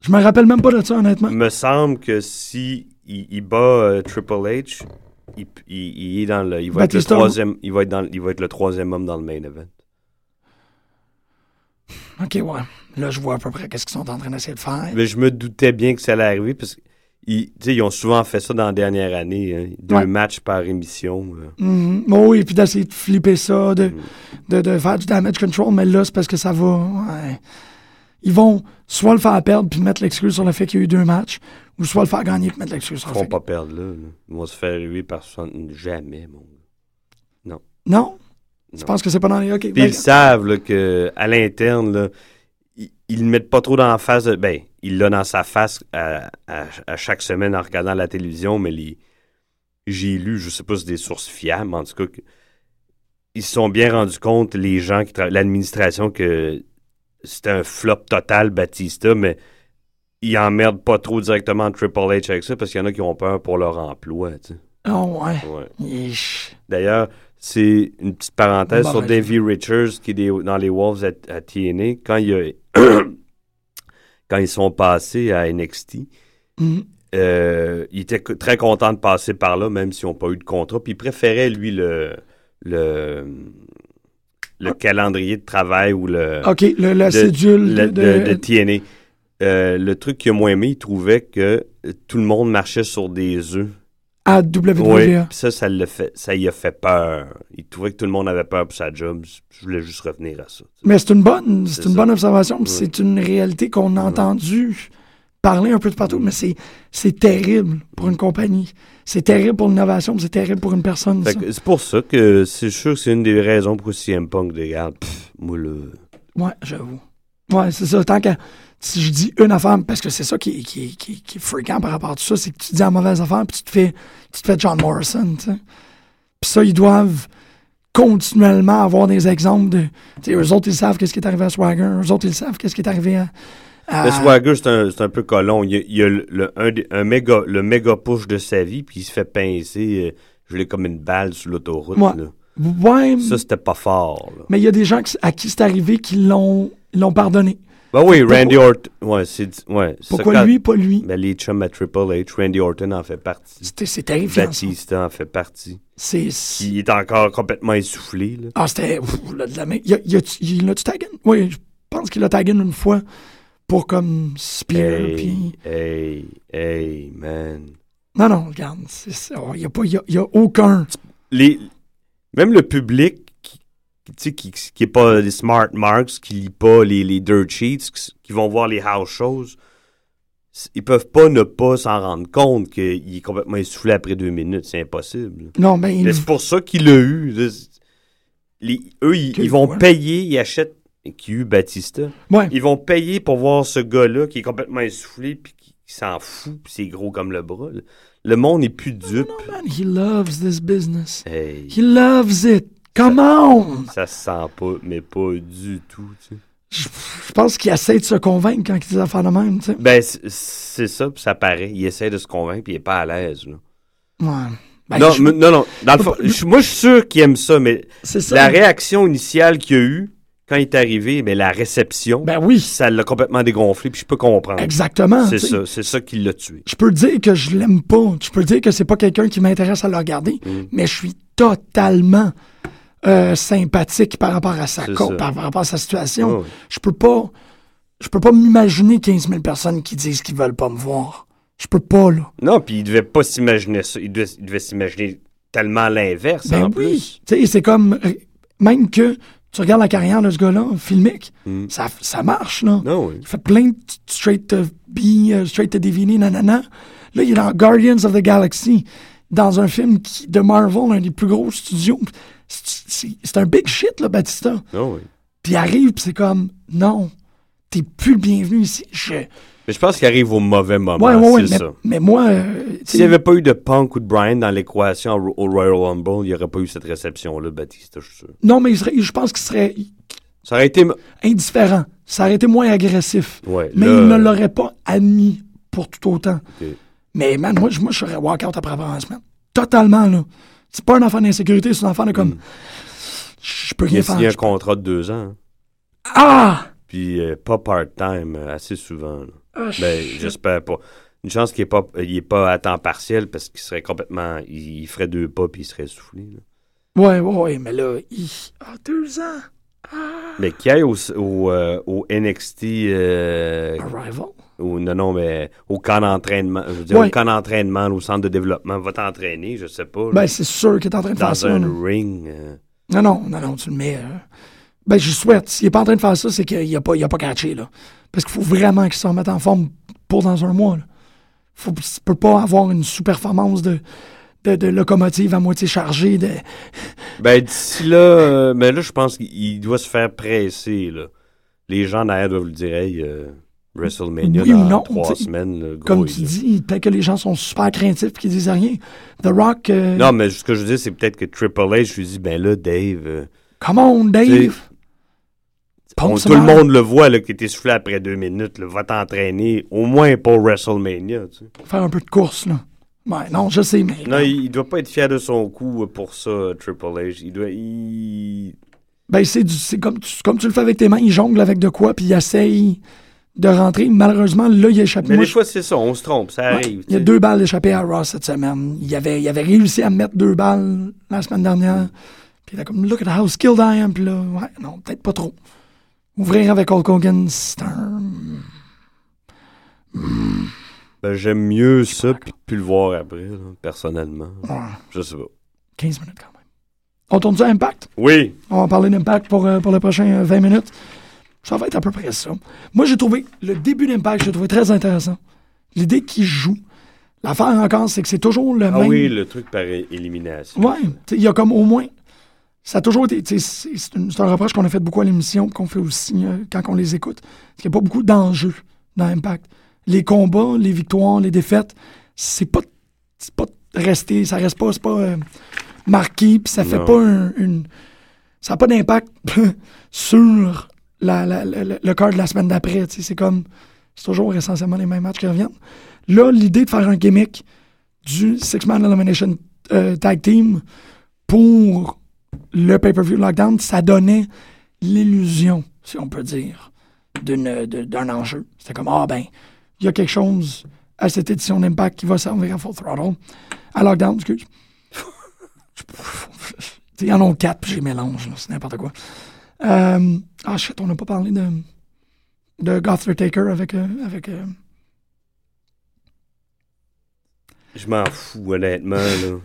S4: Je me rappelle même pas de ça, honnêtement.
S6: me semble que si il, il bat euh, Triple H, il, il- il est dans le, il va être le
S4: Batista-
S6: troisième, il va être dans, il va être le troisième homme dans le main event. Mm.
S4: Ok, ouais. Là, je vois à peu près qu'est-ce qu'ils sont en train d'essayer de faire.
S6: Mais je me doutais bien que ça allait arriver parce qu'ils ils ont souvent fait ça dans la dernière année. hein. Deux
S4: Ouais.
S6: matchs par émission. euh, là.
S4: Mhm. Oui, et puis d'essayer de flipper ça, de, de, de faire du damage control, mais là, c'est parce que ça va. ouais. Ils vont soit le faire perdre puis mettre l'excuse sur le fait qu'il y a eu deux matchs, ou soit le faire gagner puis mettre l'excuse sur
S6: Ils
S4: le
S6: ne
S4: fait.
S6: pas perdre là, là. Ils vont se faire huer par 60. Jamais, mon gars.
S4: Non? Tu
S6: Non.
S4: penses que c'est pas dans les. OK.
S6: Puis
S4: ben,
S6: ils savent là, que à l'interne, là, ils, ils le mettent pas trop dans la face de. Ben, il l'a dans sa face à, à- à chaque semaine en regardant la télévision, mais les, j'ai lu, je sais pas si c'est des sources fiables, en tout cas, que- ils se sont bien rendus compte, les gens qui travaillent, l'administration, que c'était un flop total, Batista, mais ils emmerdent pas trop directement Triple H avec ça parce qu'il y en a qui ont peur pour leur emploi, tu sais.
S4: Ah ouais.
S6: Ouais.
S4: Yeesh.
S6: D'ailleurs, c'est une petite parenthèse
S4: Bon,
S6: sur
S4: ben,
S6: Davey Richards qui est des- dans les Wolves à, à TNA. Quand, il a- quand ils sont passés à NXT,
S4: Mhm.
S6: euh, il était co- très content de passer par là, même s'ils n'ont pas eu de contrat. Puis il préférait, lui, le, le, le calendrier de travail ou le
S4: OK, Ah. le- la
S6: de-
S4: cédule
S6: le-
S4: de-
S6: de, de TNA. Euh, le truc qu'il a moins aimé, il trouvait que euh, tout le monde marchait sur des œufs.
S4: À WWE.
S6: Oui, puis ça, ça, l'a fait, ça y a fait peur. Il trouvait que tout le monde avait peur pour sa job. Je voulais juste revenir à ça.
S4: Mais c'est une bonne, c'est
S6: C'est
S4: une
S6: ça.
S4: bonne observation. puis
S6: Ouais.
S4: C'est une réalité qu'on a entendue parler un peu de partout, mais c'est, c'est terrible pour une compagnie. C'est terrible pour l'innovation, puis c'est terrible pour une personne.
S6: Fait
S4: ça.
S6: que C'est pour ça que c'est sûr que c'est une des raisons pourquoi CM Punk regarde. Pff, moi, là,
S4: Ouais, j'avoue. Ouais, c'est ça. Tant que si je dis une affaire, parce que c'est ça qui, qui, qui, qui est fréquent par rapport à tout ça, c'est que tu dis la mauvaise affaire, puis tu te fais, tu te fais John Morrison, tu sais. Puis ça, ils doivent continuellement avoir des exemples de. Tu sais, eux autres, ils savent qu'est-ce qui est arrivé à Swagger, eux autres, ils savent qu'est-ce qui est arrivé à. à-
S6: Le Swagger, c'est un, c'est un peu colon. Il, y a- il y a le, le- un, des- un méga, le méga push de sa vie, puis il se fait pincer. euh, je l'ai comme une balle sur l'autoroute.
S4: Ouais. Mm.
S6: là.
S4: Ouais,
S6: Ça, c'était pas fort. là.
S4: mais il y a des gens qui- à qui c'est arrivé qui l'ont l'ont pardonné.
S6: Ben oui, Randy Orton. Ouais, c'est ouais, c'est ça
S4: Pourquoi
S6: quand-
S4: lui, pas lui?
S6: Ben, les chums à Triple H, Randy Orton en fait partie.
S4: C'était- C'est terrifiant. ça.
S6: Batista en fait partie.
S4: C'est.
S6: Puis il est encore complètement essoufflé. Là.
S4: Ah, c'était. ouf, là, de la main. Il a- il a-tu il l'a-tu tagué? Oui, je pense qu'il l'a tagué une fois pour comme Spear.
S6: Hey,
S4: puis-
S6: hey, hey, man.
S4: Non, non, regarde. c'est ça. Oh, Il n'y a, pas- il y a, il y a aucun.
S6: Les, même le public qui, qui- tu sais, qui, qui est pas les smart marks, qui lit pas les, les dirt sheets, qui, s- qui vont voir les house shows, s- ils peuvent pas ne pas s'en rendre compte qu'il est complètement essoufflé après deux minutes. C'est impossible.
S4: Non, mais.
S6: Mais C'est pour ça qu'il l'a eu. Les- eux, ils,
S4: Tu
S6: ils vont
S4: vois.
S6: payer, ils achètent. Qui a eu Batista?
S4: Ouais.
S6: Ils vont payer pour voir ce gars-là qui est complètement essoufflé puis qui, qui s'en fout, puis c'est gros comme le bras. là. Le monde n'est plus dupe.
S4: Man, he loves this business.
S6: Hey,
S4: He loves it. Come on!
S6: ça se sent pas, mais pas du tout. tu sais.
S4: Je, je pense qu'il essaie de se convaincre quand il dit des affaires de même, tu sais.
S6: Ben, c- c'est ça, puis ça paraît. Il essaie de se convaincre, puis il est pas à l'aise. là.
S4: Ouais. Ben,
S6: non,
S4: je-
S6: mais- non, non. Dans le fond, je- moi, je suis sûr qu'il aime ça, mais
S4: c'est ça.
S6: la réaction initiale qu'il a eue quand il est arrivé, mais la réception,
S4: Ben oui,
S6: ça l'a complètement dégonflé, puis je peux comprendre.
S4: exactement.
S6: C'est
S4: tu sais.
S6: ça, c'est ça qui l'a tué.
S4: je peux dire que je l'aime pas. Je peux dire que c'est pas quelqu'un qui m'intéresse à le regarder,
S6: Mm.
S4: mais je suis totalement euh, sympathique par rapport à sa
S6: C'est
S4: co-
S6: ça. Ah
S4: par, par rapport à sa situation.
S6: Ouais.
S4: Je peux pas, je peux pas m'imaginer 15 000 personnes qui disent qu'ils veulent pas me voir. Je peux pas là.
S6: Non, puis il devait pas s'imaginer ça. Il devait, il devait s'imaginer tellement l'inverse
S4: Ben
S6: en
S4: oui, tu sais, c'est comme euh, même que tu regardes la carrière de ce gars-là, filmique, ça, ça marche là.
S6: plus. Mm. Non, oui.
S4: Il fait plein de t- straight to be, euh, straight to DVD, nanana. Là, il est dans Guardians of the Galaxy, dans un film qui- de Marvel, un des plus gros studios. C'est- C'est c'est un big shit, là, Batista.
S6: Non, oui.
S4: Puis il arrive, puis c'est comme, non, t'es plus le bienvenu ici. Je... Ouais,
S6: Mais je pense qu'il arrive au mauvais moment,
S4: ouais, ouais,
S6: Ah, c'est
S4: mais,
S6: ça.
S4: mais moi, euh, tu sais,
S6: S'il n'y avait pas eu de Punk ou de Brian dans l'équation au au Royal Rumble, il n'y aurait pas eu cette réception-là, Batista, je suis sûr.
S4: non, mais il serait- je pense qu'il serait
S6: Ça aurait été... m-
S4: indifférent. Ça aurait été moins agressif.
S6: Ouais,
S4: mais
S6: là-
S4: il ne l'aurait pas admis pour tout autant.
S6: Ok.
S4: Mais man, moi, je- moi je serais walk-out après avoir une semaine. Totalement, là. C'est pas un enfant d'insécurité, c'est un enfant de comme.
S6: Hmm.
S4: Je peux
S6: Il
S4: rien
S6: a
S4: faire.
S6: signé un
S4: Je-
S6: contrat de deux ans. hein.
S4: Ah!
S6: Puis euh, pas part-time, euh, assez souvent. là. ben, j'espère pas. Une chance qu'il n'est pas, il est pas à temps partiel parce qu'il serait complètement... Il, il ferait deux pas puis il serait soufflé. là.
S4: Ouais, ouais, ouais, mais là, il... ah, deux ans.
S6: Mais qui aille au, au, euh, au NXT euh,
S4: Arrival.
S6: au, non, non, mais au camp d'entraînement, je veux dire,
S4: Ouais.
S6: au camp d'entraînement, au centre de développement, va t'entraîner, je sais pas, là,
S4: Ben, c'est sûr qu'il est en train de faire
S6: dans
S4: ça.
S6: un
S4: là.
S6: ring. euh,
S4: Non, non, non, non, tu le mets. euh, Ben, je souhaite. S'il n'est pas en train de faire ça, c'est qu'il n'a pas, il a pas catché, là. Parce qu'il faut vraiment qu'il se remette en forme pour dans un mois, là. Faut, tu peux pas avoir une sous-performance de, de, de locomotive à moitié chargée. De...
S6: Ben, d'ici là, euh, mais là, je pense qu'il doit se faire presser, là. Les gens derrière doivent le dire, hey, euh, WrestleMania
S4: Oui ou
S6: dans
S4: non,
S6: trois
S4: t'sais,
S6: semaines. le gros,
S4: Comme
S6: il-
S4: tu dis, peut-être que les gens sont super craintifs et qu'ils disent rien. The Rock, euh,
S6: Non, mais ce que je veux dire, c'est peut-être que Triple H lui dit, ben là, Dave, euh,
S4: come on, Dave!
S6: on-
S4: Pense
S6: tout le
S4: mal.
S6: monde le voit, là, qui était soufflé après deux minutes, là, va t'entraîner, au moins pour WrestleMania. tu sais.
S4: Faire un peu de course, là. Ouais, non, je sais, mais.
S6: Non, il, il doit pas être fier de son coup euh, pour ça, euh, Triple H. Il doit. il-
S4: Ben, c'est du- c'est comme, tu- comme tu le fais avec tes mains, il jongle avec de quoi, puis il essaye de rentrer. Malheureusement, là, il échappe.
S6: Mais
S4: Moi,
S6: des
S4: je-
S6: fois, c'est ça, on se trompe, ça
S4: Ouais,
S6: arrive.
S4: il y a
S6: tu sais.
S4: deux balles échappées à Ross cette semaine. Il avait, il avait réussi à mettre deux balles la semaine dernière. Puis il a comme, look at how skilled I am. Puis là, ouais, non, peut-être pas trop. Ouvrir avec Hulk Hogan, c'est un.
S6: Ben, J'aime mieux ça, puis de plus le voir après, là, personnellement.
S4: ouais,
S6: Je sais pas.
S4: 15 minutes quand même. On tourne ça à Impact?
S6: Oui,
S4: On va parler d'Impact pour, euh, pour les prochaines euh, 20 minutes. Ça va être à peu près ça. Moi, j'ai trouvé le début d'Impact, j'ai trouvé très intéressant. L'idée qu'il joue. L'affaire encore, c'est que c'est toujours le
S6: ah
S4: même.
S6: oui, le truc par é- élimination.
S4: Ouais, t'sais, il y a comme au moins. Ça a toujours été. t'sais, C'est c'est une- c'est un reproche qu'on a fait beaucoup à l'émission, qu'on fait aussi euh, quand on les écoute. Il n'y a pas beaucoup d'enjeux dans Impact. Les combats, les victoires, les défaites, c'est pas, c'est pas resté, ça reste pas, c'est pas euh, marqué, puis ça fait
S6: Non.
S4: pas un- une. Ça n'a pas d'impact sur la- la- la- la- le cœur de la semaine d'après. t'sais, C'est comme. C'est toujours essentiellement les mêmes matchs qui reviennent. Là, l'idée de faire un gimmick du Six-Man Elimination euh, Tag Team pour le pay-per-view Lockdown, ça donnait l'illusion, si on peut dire, d'une- de- d'un enjeu. C'était comme, ah ben, il y a quelque chose à cette édition d'Impact qui va servir à Full Throttle. À Lockdown, excuse. T'sais, Ils en ont quatre, puis j'ai mélange, là, c'est n'importe quoi. Euh, ah shit, on n'a pas parlé de, de Gothler Taker avec, euh, avec euh,
S6: Je m'en fous, honnêtement. Là.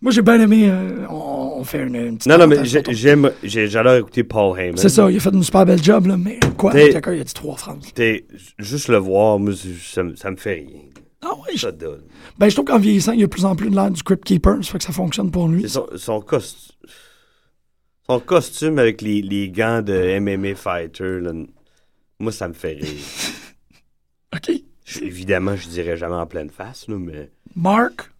S4: Moi, j'ai bien aimé. euh, on, on fait une, une petite.
S6: Non, non, mais
S4: parenthèse
S6: j'ai-
S4: sur ton-
S6: j'aime. j'ai- J'adore écouter Paul Heyman.
S4: C'est ça, il a fait une super belle job, là, mais quoi?
S6: Mais-
S4: Taker, il a dit trois phrases.
S6: T'es- Juste le voir, moi, c'est- ça, me- ça me fait rien.
S4: Ah ouais, je,
S6: Ça donne.
S4: ben, je trouve qu'en vieillissant, il y a de plus en plus de l'air du Crypt Keeper, ça fait que ça fonctionne pour
S6: C'est
S4: lui.
S6: Son, son, costu- son costume avec les, les gants de MMA Fighter, là, n- moi, ça me fait rire.
S4: OK.
S6: Je- évidemment, je dirais jamais en pleine face, là, mais.
S4: Mark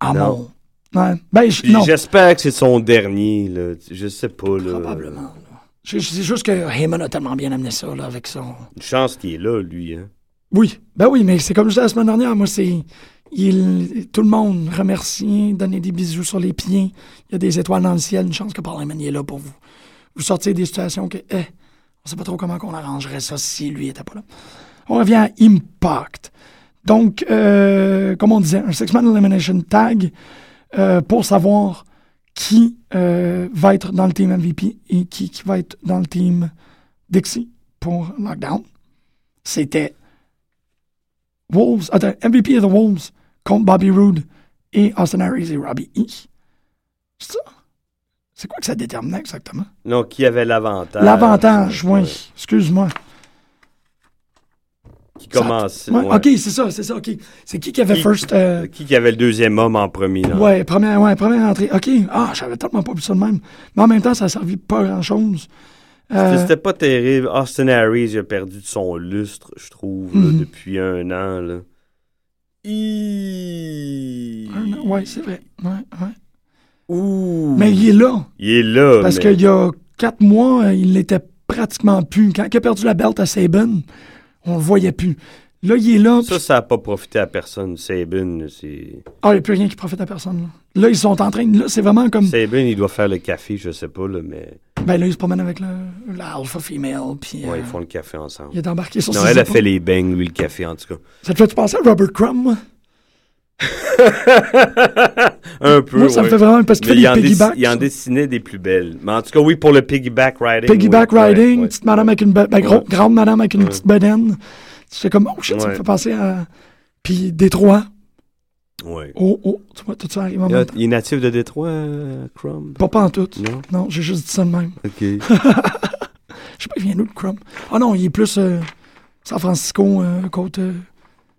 S4: Amon.
S6: Non.
S4: Ouais. Ben, je-
S6: Puis
S4: non.
S6: J'espère que c'est son dernier, là. Je sais pas, là.
S4: Probablement. là. Je- je- C'est juste que Heyman a tellement bien amené ça, là, avec son.
S6: Une chance qu'il est là, lui, hein.
S4: Oui, ben oui, mais c'est comme je disais la semaine dernière, moi, c'est. Il, tout le monde remercie, donner des bisous sur les pieds. Il y a des étoiles dans le ciel, une chance que Parliament est là pour vous. Vous sortir des situations que, eh, on sait pas trop comment qu'on arrangerait ça si lui était pas là. On revient à Impact. Donc, euh, comme on disait, un six-man elimination tag euh, pour savoir qui euh, va être dans le team MVP et qui, qui va être dans le team Dixie pour Lockdown. C'était Wolves, attends, MVP of the Wolves contre Bobby Roode et Austin Aries et Robbie E. C'est ça? C'est quoi que ça déterminait exactement?
S6: Non, qui avait l'avantage.
S4: L'avantage, oui.
S6: Euh, Ouais.
S4: Excuse-moi.
S6: Qui commençait.
S4: Ouais,
S6: ouais.
S4: Ok, c'est ça, c'est ça, ok. C'est qui qui avait
S6: Qui-
S4: first. euh,
S6: Qui, qui avait le deuxième homme en premier, là?
S4: Ouais, première, ouais, première entrée. OK. Ah, j'avais tellement pas vu ça de même. Mais en même temps, ça a servi pas à grand-chose. Euh,
S6: C'était pas terrible. Austin Harris il a perdu de son lustre, je trouve, là,
S4: Mhm.
S6: depuis un an. Là. Il...
S4: un an, ouais, c'est vrai. Ouais, ouais.
S6: Ouh.
S4: Mais il est là.
S6: Il est là.
S4: Parce
S6: Mm. mais-
S4: qu'il y a quatre mois, euh, il l'était pratiquement plus. Quand il a perdu la belt à Saban, on le voyait plus. Là, il est là.
S6: Ça, ça n'a pas profité à personne. Sabin, c'est...
S4: Ah, il n'y a plus rien qui profite à personne. Là, là ils sont en train. de- Là, c'est vraiment comme.
S6: Sabin, il doit faire le café, je sais pas, là, mais
S4: Ben là, ils se promènent avec le- la alpha female. Puis, euh,
S6: ouais, ils font le café ensemble.
S4: il est embarqué sur
S6: Non,
S4: ses
S6: elle a
S4: épaules.
S6: fait les bangs, lui, le café, en tout cas.
S4: Ça te fait penser à Robert Crumb, moi?
S6: un peu,
S4: Moi, ça me
S6: ouais.
S4: fait vraiment. Parce qu'il fait
S6: Mais il,
S4: des
S6: en
S4: piggybacks.
S6: dessi- il en dessinait des plus belles. Mais en tout cas, oui, pour le piggyback riding.
S4: Piggyback
S6: oui, ouais,
S4: riding,
S6: ouais.
S4: petite madame avec une be- ben, gros-
S6: Ouais.
S4: grande madame avec une
S6: Ouais.
S4: petite bedaine. C'est comme, oh shit, ça me
S6: Ouais.
S4: fait penser à. Puis Détroit.
S6: Ouais.
S4: Oh, oh, tu vois, tout ça arrive en
S6: Il, a-
S4: même temps.
S6: il est natif de Détroit, euh, Crumb?
S4: Pas pas en tout.
S6: Non?
S4: Non, j'ai juste dit ça de même.
S6: OK.
S4: Je sais pas, il vient d'où le Crumb. Ah non, il est plus euh, San Francisco, euh, côte, euh,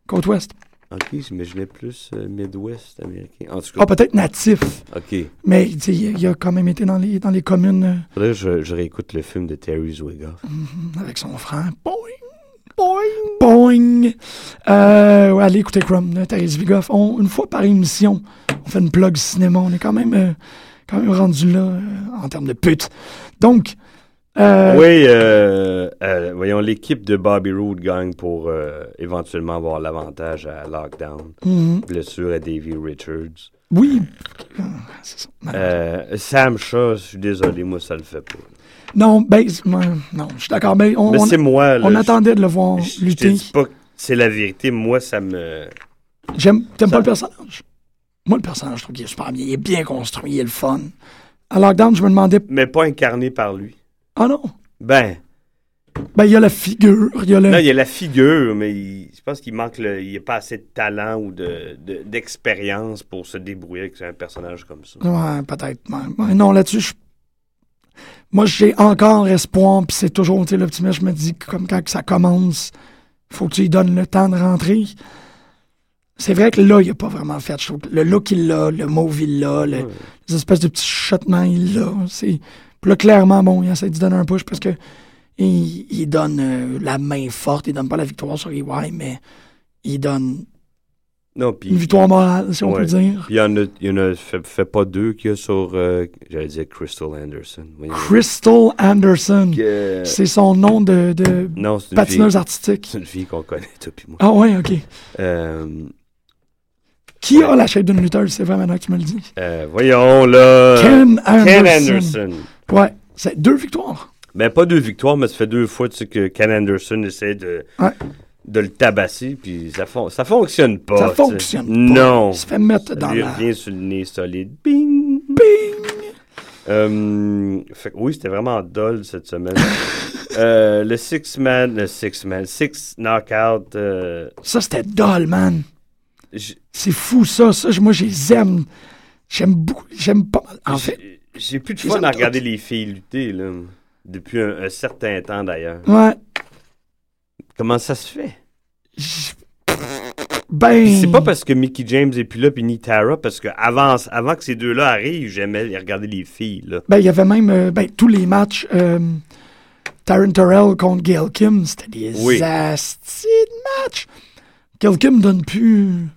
S4: côte ouest.
S6: OK, j'imaginais plus euh, Midwest américain. En tout
S4: Ah,
S6: cas,
S4: peut-être natif,
S6: OK.
S4: mais tu sais, il il a quand même été dans les, dans les communes
S6: Faudrait que je, je réécoute le film de Terry Zwigoff.
S4: euh, avec son frère. Boing! Boing. Euh, ouais, allez écouter Chrome de Thaïs Vigoff. On- une fois par émission, on fait une plug cinéma. On est quand même, euh, quand même rendu là euh, en termes de pute. Donc, euh,
S6: Oui, euh, euh, voyons, l'équipe de Bobby Roode gagne pour euh, éventuellement avoir l'avantage à Lockdown.
S4: Mhm.
S6: Blessure à Davy Richards.
S4: oui. Ah,
S6: Euh, Sam Shaw, je suis désolé, moi, ça le fait pas.
S4: Non, ben, c'est- ouais, non, je suis d'accord. Ben, on,
S6: Mais
S4: on-
S6: c'est moi, là.
S4: on attendait de le voir
S6: Je- Je te
S4: lutter.
S6: dis pas que c'est la vérité, moi, ça me.
S4: J'aime, t'aimes
S6: Ça-
S4: pas le personnage? Moi, le personnage, je trouve qu'il est super bien. Il est bien construit, il est le fun. À Lockdown, je me demandais,
S6: Mais pas incarné par lui.
S4: ah non,
S6: Ben,
S4: ben, il y a la figure, il y a le.
S6: là, il y a la figure, mais il- je pense qu'il manque le. Il n'y a pas assez de talent ou de- de- d'expérience pour se débrouiller avec un personnage comme ça.
S4: Ouais, peut-être. ouais. Ouais, non, là-dessus, je- moi, j'ai encore espoir, puis c'est toujours, tu sais, l'optimisme, je me dis, que comme quand que ça commence, faut que tu lui donnes le temps de rentrer. C'est vrai que là, il a pas vraiment fait. Je trouve que le look, il l'a, le mauve, il l'a, le- les espèces de petits chuchotements, il l'a. C'est... Puis là, clairement, bon, il essaie de donner un push parce que il, il donne euh, la main forte, il donne pas la victoire sur EY, mais il donne
S6: Non, puis.
S4: une victoire morale, si on peut
S6: Ouais.
S4: dire.
S6: Puis il y en a, il y en a fait, fait pas deux qu'il y a sur, euh, j'allais dire Crystal Anderson. Voyons.
S4: Crystal Anderson.
S6: Euh,
S4: C'est son nom de, de
S6: non, c'est une
S4: patineuse
S6: fille.
S4: artistique.
S6: C'est une fille qu'on connaît, toi puis moi.
S4: Ah ouais, ok.
S6: Euh,
S4: Qui a la shape d'une lutteuse, c'est vraiment maintenant que tu me le dis.
S6: euh, voyons, là.
S4: Ken
S6: Ken
S4: Anderson.
S6: Anderson.
S4: Ouais, c'est deux victoires.
S6: Ben, pas deux victoires, mais ça fait deux fois tu sais, que Ken Anderson essaie de,
S4: Ouais.
S6: de le tabasser, puis ça, fon- ça fonctionne pas.
S4: Ça
S6: tu sais.
S4: fonctionne pas.
S6: Oh, Non.
S4: Il se fait mettre
S6: Ça
S4: dans
S6: lui
S4: la...
S6: revient sur le nez solide. Bing!
S4: Bing!
S6: Euh, fait que oui, c'était vraiment dol cette semaine. Euh, le six man, le six man, six knockout. euh,
S4: Ça, c'était dull, man.
S6: j-
S4: C'est fou, ça. ça je- moi, je les aime. J'aime beaucoup. J'aime pas mal. En fait,
S6: j'ai- j'ai plus de
S4: ils
S6: fun
S4: aiment
S6: à
S4: tout.
S6: regarder les filles lutter là, depuis un, un certain temps d'ailleurs.
S4: ouais.
S6: Comment ça se fait
S4: j- Ben...
S6: Puis C'est pas parce que Mickey James est plus là puis ni Tara, parce que avant, avant que ces deux-là arrivent, j'aimais les- regarder les filles là.
S4: Ben, il y avait même euh, ben, tous les matchs. Euh, Taryn Terrell contre Gail Kim, c'était des
S6: Oui.
S4: astis de matchs. Gail Kim donne plus.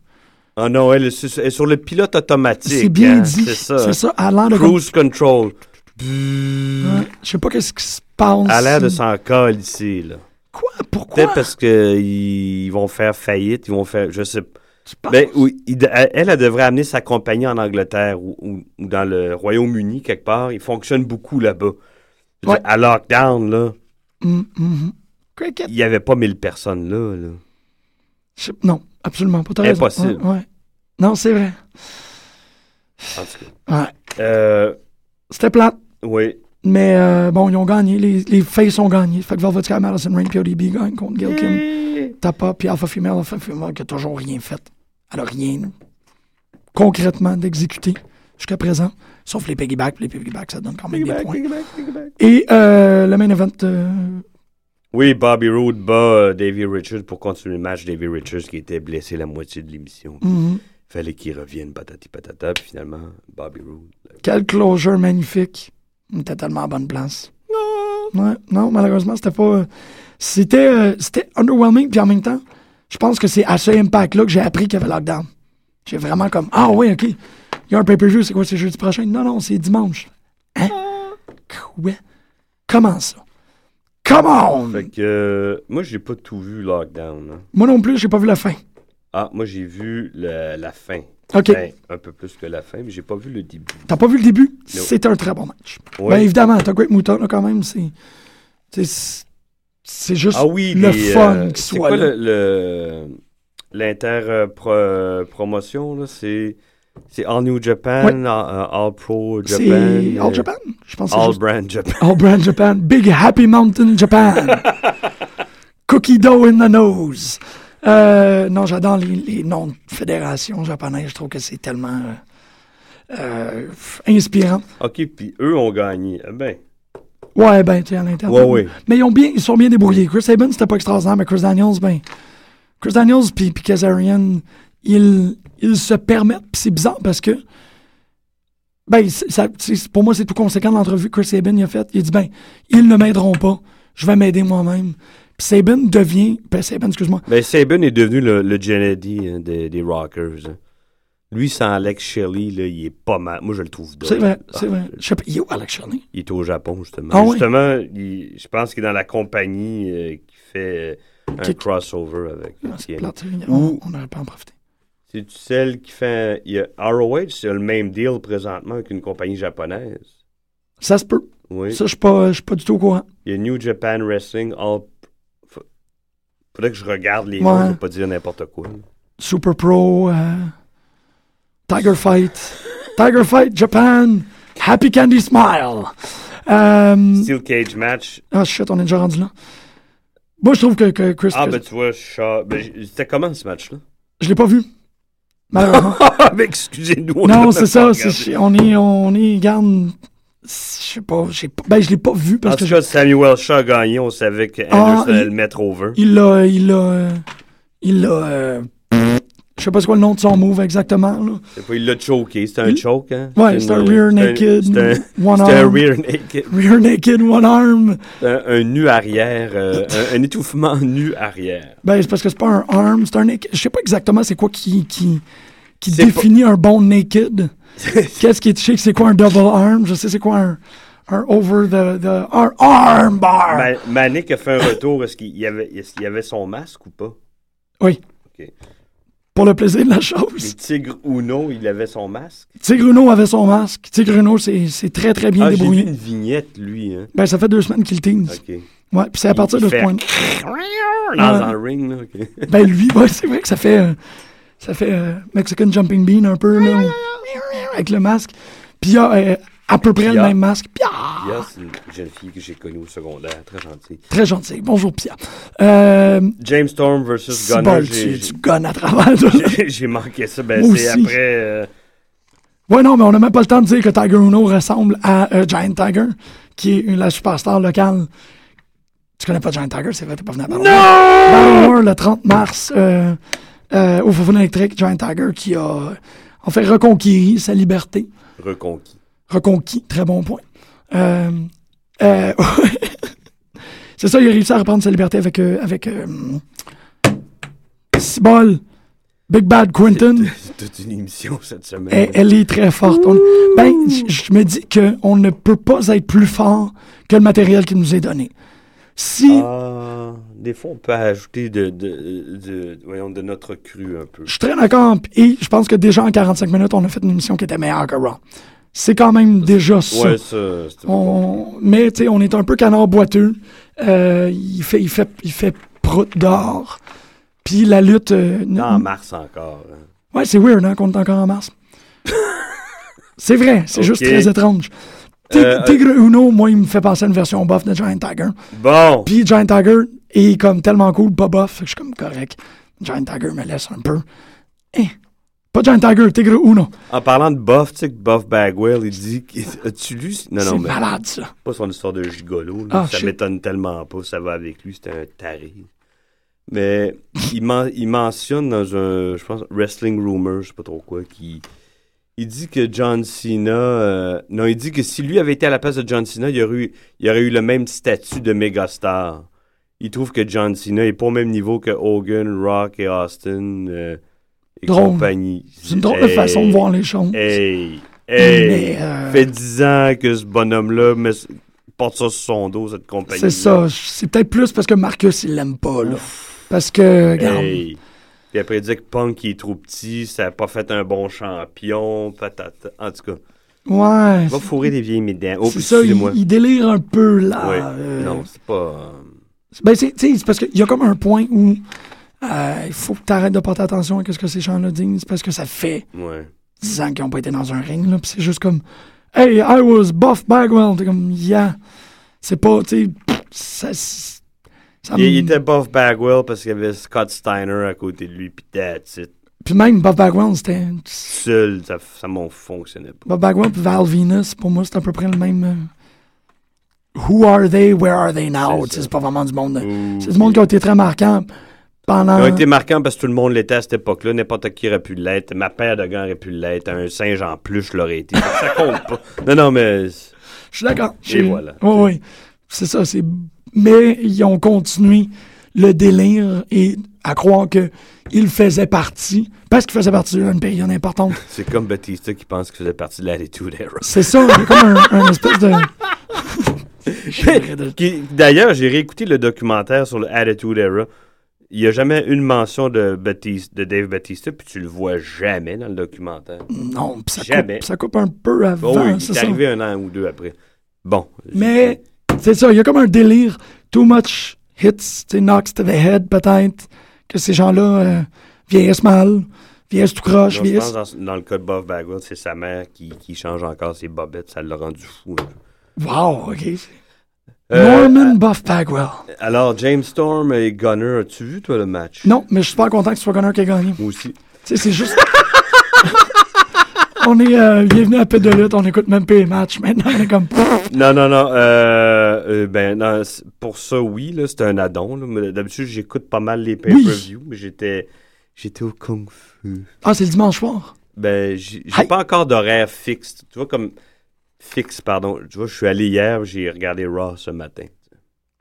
S6: Ah non, elle est sur, elle est sur le pilote automatique.
S4: C'est bien
S6: hein,
S4: dit.
S6: C'est ça.
S4: C'est ça, à l'air de.
S6: Cruise control.
S4: Ouais, Je sais pas qu'est-ce qui se passe.
S6: À l'air de s'en coller ici là.
S4: Quoi Pourquoi
S6: Peut-être parce que ils ils vont faire faillite, ils vont faire, je sais pas.
S4: tu penses?
S6: Ben, oui, il de- elle, elle devrait amener sa compagnie en Angleterre ou, ou- ou dans le Royaume-Uni quelque part. Il fonctionne beaucoup là-bas. Je veux
S4: Ouais.
S6: dire, À lockdown, là,
S4: Mm, mhm. Cricket.
S6: il n'y avait pas 1000 personnes là. là.
S4: Je sais- Non, absolument pas. T'as raison.
S6: Impossible.
S4: Ouais, ouais. Non, c'est vrai.
S6: En tout cas.
S4: Ouais.
S6: Euh,
S4: C'était plate.
S6: oui.
S4: Mais euh, bon, ils ont gagné. Les, les faces ont gagné. Fait que Velvet Sky, Madison Rain, PODB gagne contre Gail Kim. Tapa, puis Alpha Female, Alpha Female, qui a toujours rien fait. Elle a rien concrètement d'exécuté jusqu'à présent. Sauf les piggybacks. puis Les piggybacks, ça donne quand même des points. Et euh, le main event, euh,
S6: Oui, Bobby Roode bat euh, Davey Richards pour continuer le match. Davey Richards qui était blessé la moitié de l'émission.
S4: mhm.
S6: Fallait qu'il revienne patati patata. Puis finalement, Bobby Roode.
S4: Quel closure magnifique. On était tellement en bonne place.
S6: Ah.
S4: Ouais, non, malheureusement, c'était pas. euh, C'était euh, c'était underwhelming, puis en même temps, je pense que c'est à ce impact-là que j'ai appris qu'il y avait lockdown. J'ai vraiment comme Ah oui, OK. Il y a un pay-per-view, c'est quoi, c'est jeudi prochain? Non, non, c'est dimanche. Hein?
S6: Ah.
S4: Quoi? Comment ça? Come on!
S6: Fait que euh, moi, j'ai pas tout vu Lockdown. hein.
S4: Moi non plus, j'ai pas vu la fin.
S6: Ah, moi, j'ai vu le- la fin.
S4: OK.
S6: Ben, un peu plus que la fin, mais j'ai pas vu le début.
S4: T'as pas vu le début? C'était un très bon match.
S6: Ouais.
S4: Ben évidemment, t'as Great Muta, là, quand même, c'est. c'est- C'est juste
S6: ah oui,
S4: le
S6: les,
S4: fun
S6: euh,
S4: qui
S6: C'est
S4: soit
S6: quoi
S4: là.
S6: le- le l'inter-promotion, là? C'est c'est All New Japan,
S4: Ouais.
S6: All, euh, All Pro Japan.
S4: C'est
S6: euh,
S4: All Japan, je pense. que c'est
S6: All
S4: juste-
S6: Brand Japan.
S4: All Brand Japan, Big Happy Mountain Japan, Cookie Dough in the Nose. Euh, non, j'adore les, les noms de fédérations japonaises. Je trouve que c'est tellement euh, euh, inspirant.
S6: OK, puis eux ont gagné. Eh ben,
S4: Ouais, ben, tu sais, à l'intérieur.
S6: Ouais, ouais.
S4: Mais ils, ont bien, ils sont bien débrouillés. Chris Sabin, c'était pas extraordinaire, mais Chris Daniels, ben. Chris Daniels puis puis Kazarian, ils, ils se permettent. Puis c'est bizarre parce que. Ben, c'est- ça, c'est- pour moi, c'est tout conséquent de l'entrevue que Chris Sabin a faite. Il a dit, ben, ils ne m'aideront pas. Je vais m'aider moi-même. Puis Saban devient. Ben, Saban, excuse-moi.
S6: Ben, Saban est devenu le, le Kennedy hein, des, des Rockers. hein. Lui, sans Alex Shelley, là, il est pas mal. Moi, je le trouve
S4: C'est
S6: dingue.
S4: vrai, c'est vrai. Je sais pas, il est où, Alex Shelley?
S6: Il est au Japon, justement.
S4: Ah oui?
S6: justement, il- je pense qu'il est dans la compagnie euh, qui fait euh, un
S4: Qui-
S6: crossover avec.
S4: Ah, c'est
S6: TNA.
S4: plate,
S6: Ou-
S4: On n'aurait pas en profiter.
S6: C'est celle qui fait. Il y a ROH, il y a le même deal présentement qu'une compagnie japonaise.
S4: Ça se peut.
S6: Oui.
S4: Ça, je suis pas, je suis pas du tout au courant.
S6: Il y a New Japan Wrestling. All... F- Faudrait que je regarde les
S4: Ouais.
S6: noms pour pas dire n'importe quoi.
S4: Super Pro, euh, Tiger Fight, Tiger Fight Japan, Happy Candy Smile. Euh,
S6: Steel Cage Match.
S4: ah shit, on est déjà rendu là. Moi, je trouve que, que Chris,
S6: Ah,
S4: Chris-
S6: ben tu vois, Shaw- ben, j- c'était comment ce match-là?
S4: je l'ai pas vu. Malheureusement.
S6: Ah, ben, excusez-nous. on
S4: non,
S6: l'a
S4: c'est
S6: même
S4: ça.
S6: pas
S4: c'est-
S6: regardé.
S4: on est, on est, garde. Je sais pas, j'ai pas- ben je l'ai pas vu parce
S6: En
S4: que
S6: tout
S4: je-
S6: cas, Samuel Shaw a gagné. On savait
S4: Ah,
S6: qu'Anderson allait
S4: il-
S6: le mettre over.
S4: il l'a, il l'a, euh, il l'a. euh, je sais pas c'est quoi le nom de son move exactement. Là.
S6: C'est pas- Il l'a choqué. C'était un
S4: Il-
S6: choke, hein?
S4: Mm. Ouais,
S6: une-
S4: c'est un rear
S6: c'était
S4: naked,
S6: C'était un-
S4: one
S6: c'était un
S4: arm,
S6: rear naked.
S4: rear naked, one arm.
S6: Un, un nu arrière, euh, un, un étouffement nu arrière.
S4: Ben, c'est parce que c'est pas un arm, c'est un naked. Je sais pas exactement c'est quoi qui, qui, qui
S6: C'est
S4: définit un bon naked. Qu'est-ce qui est chic? C'est quoi un double arm? Je sais c'est quoi un, un over the, the un arm bar.
S6: Ma- Manic a fait un retour. Est-ce qu'il y avait, est-ce qu'il y avait son masque ou pas?
S4: oui.
S6: Ok.
S4: Pour le plaisir de la
S6: Les
S4: chose.
S6: tigres ou non, il avait son masque.
S4: Tigruno avait son masque. Tigruno s'est s'est très très bien
S6: Ah, j'ai vu
S4: débrouillé.
S6: une vignette, lui. Hein?
S4: Ben, ça fait deux semaines qu'il tease.
S6: OK.
S4: Ouais, puis c'est à partir de ce
S6: fait-
S4: point
S6: Dans
S4: Ouais.
S6: un ring, là. ok.
S4: Ben, lui, ouais, c'est vrai que ça fait, euh, ça fait euh, Mexican Jumping Bean un peu, là, où- avec le masque. Puis il y a euh, à peu près le
S6: Pia.
S4: même masque. Pia!
S6: Pia, c'est une jeune fille que j'ai connue au secondaire. Très gentille.
S4: Très gentil. Bonjour, Pia. Euh,
S6: James Storm versus
S4: c'est
S6: Gunner.
S4: bon,
S6: j'ai-
S4: tu, tu gonnes à travers. toi.
S6: j'ai- J'ai manqué ça. Ben,
S4: Moi
S6: c'est
S4: aussi.
S6: après. euh,
S4: ouais, non, mais on n'a même pas le temps de dire que Tiger Uno ressemble à euh, Giant Tiger, qui est une- la superstar locale. Tu connais pas Giant Tiger, c'est vrai, t'es pas venu à Battle War. Battle War, le 30 mars, euh, euh, au Fofun électrique, Giant Tiger qui a, en fait, reconquis sa liberté.
S6: reconquis.
S4: reconquis. Très bon point. Euh, euh, c'est ça, il a réussi à reprendre sa liberté avec. euh, avec euh, Cibol, Big Bad Quinton.
S6: C'est toute une émission cette semaine.
S4: Elle, elle est très forte. On- ben, j- je me dis qu'on ne peut pas être plus fort que le matériel qui nous est donné. Si.
S6: Ah, des fois, on peut ajouter de, de, de, voyons, de notre cru un peu.
S4: Je suis très d'accord. p- Et je pense que déjà en 45 minutes, on a fait une émission qui était meilleure que Raw. C'est quand même déjà ça.
S6: Ouais, ça, c'était pas bon.
S4: On... Mais tu sais, on est un peu canard boiteux. Euh, il fait, il fait, il fait prout d'or. Puis la lutte. euh, n-
S6: En mars encore. hein.
S4: ouais, c'est weird hein, qu'on est encore en mars. c'est vrai, c'est juste
S6: Ok.
S4: très étrange. Tig-
S6: Euh, euh,
S4: Tigre Uno, moi, il me fait penser à une version buff de Giant Tiger.
S6: Bon,
S4: Puis Giant Tiger est comme tellement cool, pas buff, fait que je suis comme correct. Giant Tiger me laisse un peu. Eh. Pas Giant Tiger, Tigre Uno.
S6: en parlant de Buff, tu sais que Buff Bagwell, il dit... que- As-tu lu... Non,
S4: c'est
S6: non, mais
S4: malade, ça.
S6: pas son histoire de gigolo. là.
S4: Ah,
S6: ça
S4: shit.
S6: m'étonne tellement pas. Ça va avec lui, c'était un taré. Mais il, men- il mentionne dans un, je pense, Wrestling Rumor, je sais pas trop quoi, qui... Il dit que John Cena... euh, non, il dit que si lui avait été à la place de John Cena, il aurait eu, il aurait eu le même statut de mégastar. Il trouve que John Cena est pas au même niveau que Hogan, Rock et Austin euh, et
S4: Drôle.
S6: compagnie.
S4: C'est une drôle de
S6: Hey,
S4: façon de voir les choses.
S6: Hey, hey, eh.
S4: Mais, euh,
S6: fait 10 ans que ce bonhomme-là met- porte ça sur son dos, cette compagnie.
S4: C'est ça. C'est peut-être plus parce que Marcus, il l'aime pas, là. Parce que, regarde,
S6: Hey. Puis après, il dit que Punk, il est trop petit, ça n'a pas fait un bon champion, patata. En tout cas,
S4: ouais.
S6: il va fourrer des vieilles médailles. Oh,
S4: c'est ça, il,
S6: excusez-moi.
S4: il délire un peu, là.
S6: Ouais.
S4: Euh,
S6: Non, c'est pas... euh,
S4: Ben, c'est, tu sais, c'est parce qu'il y a comme un point où euh, il faut que tu arrêtes de porter attention à ce que ces gens-là disent, parce que ça fait
S6: euh, Ouais.
S4: 10 ans qu'ils n'ont pas été dans un ring, là, puis c'est juste comme « Hey, I was Buff Bagwell », t'es comme « Yeah ». C'est pas, tu sais, pff, ça... ça me-
S6: Il, il était Buff Bagwell parce qu'il y avait Scott Steiner à côté de lui, puis that's it.
S4: Puis même Buff Bagwell, c'était...
S6: Seul, ça, ça m'en fonctionnait pas.
S4: Bob Bagwell puis Val Venus, pour moi, c'est à peu près le même. euh, Who are they? Where are they now? Tu
S6: C'est
S4: sais,
S6: ça.
S4: C'est pas vraiment du monde. de-
S6: Ouh.
S4: C'est du monde qui a été très marquant pendant.
S6: Ils ont été marquants parce que tout le monde l'était à cette époque-là. N'importe qui aurait pu l'être. Ma paire de gants aurait pu l'être. Un singe en plus, je l'aurais été. Ça compte pas. Non, non, mais.
S4: Je suis d'accord.
S6: Et voilà.
S4: Oui, oui. C'est ça, c'est mais ils ont continué le délire et à croire qu'il faisait partie, parce qu'il faisait partie d'une période importante.
S6: C'est comme Batista qui pense qu'il faisait partie de l'attitude era.
S4: C'est ça, il y a comme un, un espèce de...
S6: Qui- D'ailleurs, j'ai réécouté le documentaire sur le Attitude Era. Il n'y a jamais une mention de, Batiste, de Dave Batista, puis tu le vois jamais dans le documentaire.
S4: Non, pis ça,
S6: Jamais.
S4: coupe, ça coupe un peu avant,
S6: Oh oui,
S4: c'est
S6: Mm. c'est
S4: ça.
S6: arrivé un an ou deux après. Bon.
S4: Mais c'est ça, il y a comme un délire, too much hits, tu sais, knocks to the head peut-être, que ces gens-là euh, vieillissent mal, vieillissent tout
S6: Non,
S4: croche,
S6: je
S4: vieillissent...
S6: pense dans, dans le cas de Bob Bagwell, c'est sa mère qui, qui change encore ses bobettes. Ça l'a rendu fou.
S4: Wow, ok.
S6: Euh,
S4: Norman Buff Bagwell.
S6: Alors, James Storm et Gunner, as-tu vu, toi, le match?
S4: Non, mais je suis pas content que ce soit Gunner qui ait gagné.
S6: Moi aussi.
S4: Tu sais, c'est juste. on est euh, bienvenue à peu de lutte, on écoute même pas les matchs maintenant, on est comme.
S6: Non, non, non. euh, euh, ben, non, c- pour ça, oui, là, c'est un addon. là, mais D'habitude, j'écoute pas mal les pay-per-views, mais j'étais, j'étais au Kung Fu.
S4: Ah, c'est le dimanche soir.
S6: Ben, j'ai j'ai
S4: Hi.
S6: pas encore d'horaire fixe. Tu vois, comme. Fixe, pardon. Tu vois, je suis allé hier, j'ai regardé Raw ce matin.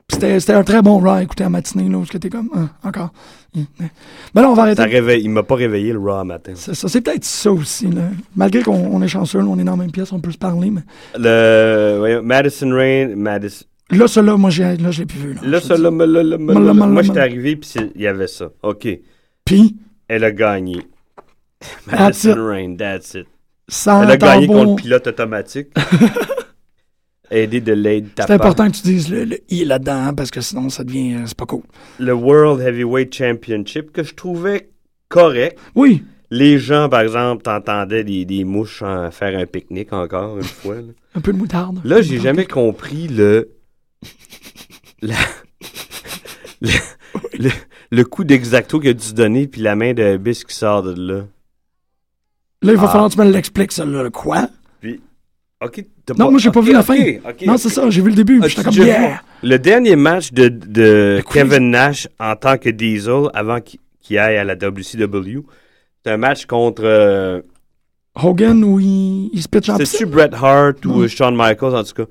S4: Puis C'était c'était un très bon raw à écouter en matinée, là, parce que t'es comme. Ah, encore. Hum, hum. Ben là, on va arrêter.
S6: Ça réveille, il m'a pas réveillé le Raw matin.
S4: C'est ça, c'est peut-être ça aussi, là. Malgré qu'on on est chanceux, là, on est dans la même pièce, on peut se parler, mais.
S6: Le. voyons, Madison Rain, Madison.
S4: Là, celui-là, moi, j'ai là, je l'ai plus vu, là.
S6: Là,
S4: Je
S6: ça,
S4: te
S6: là,
S4: dis.
S6: me- là, là, me- là,
S4: Mal, mal,
S6: là. Moi,
S4: mal.
S6: j'étais arrivé, puis c'est- il y avait ça. OK.
S4: Puis,
S6: Elle a gagné.
S4: That's
S6: Madison
S4: it.
S6: Rain, that's it.
S4: sans
S6: Elle a gagné
S4: tambour,
S6: contre le pilote automatique. Aidé de Lade
S4: C'est
S6: Tapper.
S4: important que tu dises le, le i là-dedans, hein, parce que sinon, ça devient. euh, c'est pas cool.
S6: Le World Heavyweight Championship que je trouvais correct.
S4: Oui,
S6: Les gens, par exemple, t'entendais des, des mouches en faire un pique-nique encore une fois. Là,
S4: un peu de moutarde.
S6: Là, j'ai jamais compris le. la- le, le- le coup d'exacto qu'il a dû se donner, puis la main de Bis qui sort de là.
S4: Là, il va
S6: Ah.
S4: falloir que tu me l'expliques, celle-là. Quoi?
S6: Ok, t'as
S4: Non, moi, j'ai pas
S6: ok,
S4: vu la
S6: ok,
S4: fin.
S6: ok,
S4: non,
S6: ok.
S4: c'est ça, j'ai vu le début, puis
S6: Ah,
S4: Hum, j'étais
S6: tu-
S4: comme,
S6: je-
S4: yeah!
S6: Le dernier match de, de
S4: coup,
S6: Kevin Nash en tant que Diesel avant qu'il qu'il aille à la WCW, c'est un match contre. euh,
S4: Hogan, où il, il se pitch en
S6: C'était-tu
S4: piscine.
S6: Bret Hart ou
S4: Non.
S6: Shawn Michaels, en tout cas?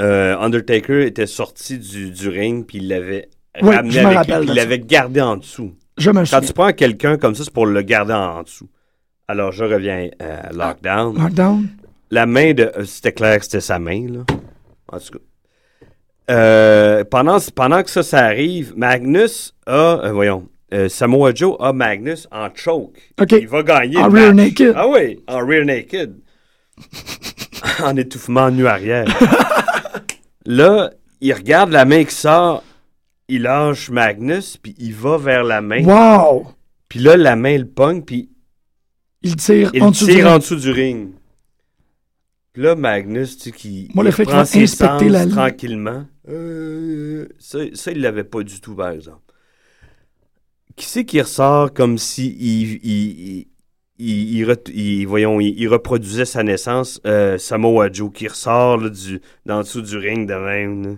S6: Euh, Undertaker était sorti du, du ring, puis il l'avait
S4: Oui,
S6: ramené
S4: je me
S6: avec lui,
S4: rappelle
S6: puis il
S4: de ça.
S6: l'avait gardé en dessous.
S4: Je me
S6: Quand
S4: souviens.
S6: tu prends quelqu'un comme ça, c'est pour le garder en dessous. Alors, je reviens euh,
S4: Ah.
S6: à Lockdown.
S4: Lockdown.
S6: La main de. euh, C'était clair que c'était sa main, là. En tout cas. Euh, pendant, pendant que ça, ça arrive, Magnus a. euh, voyons. euh, Samoa Joe a Magnus en choke.
S4: OK.
S6: Il va gagner.
S4: En
S6: le
S4: rear
S6: match.
S4: naked.
S6: Ah oui, en rear naked. en étouffement nu arrière. là, il regarde la main qui sort. Il lâche Magnus, puis il va vers la main.
S4: Wow!
S6: Puis là, la main le pogne, puis
S4: Il tire
S6: il
S4: en
S6: le
S4: dessous.
S6: tire
S4: du ring.
S6: en dessous du ring. Puis là, Magnus, tu sais, qui
S4: Moi, le
S6: il
S4: fait qu'il
S6: reprend
S4: va
S6: ses
S4: inspecter
S6: sens
S4: la ligne.
S6: tranquillement. Euh, ça, ça, il l'avait pas du tout, par exemple. Qui c'est qui ressort comme si il, il, il, il- il re- il- voyons, il, il reproduisait sa naissance, euh, Samoa Joe, qui ressort là, du, d'en dessous du ring de même, là,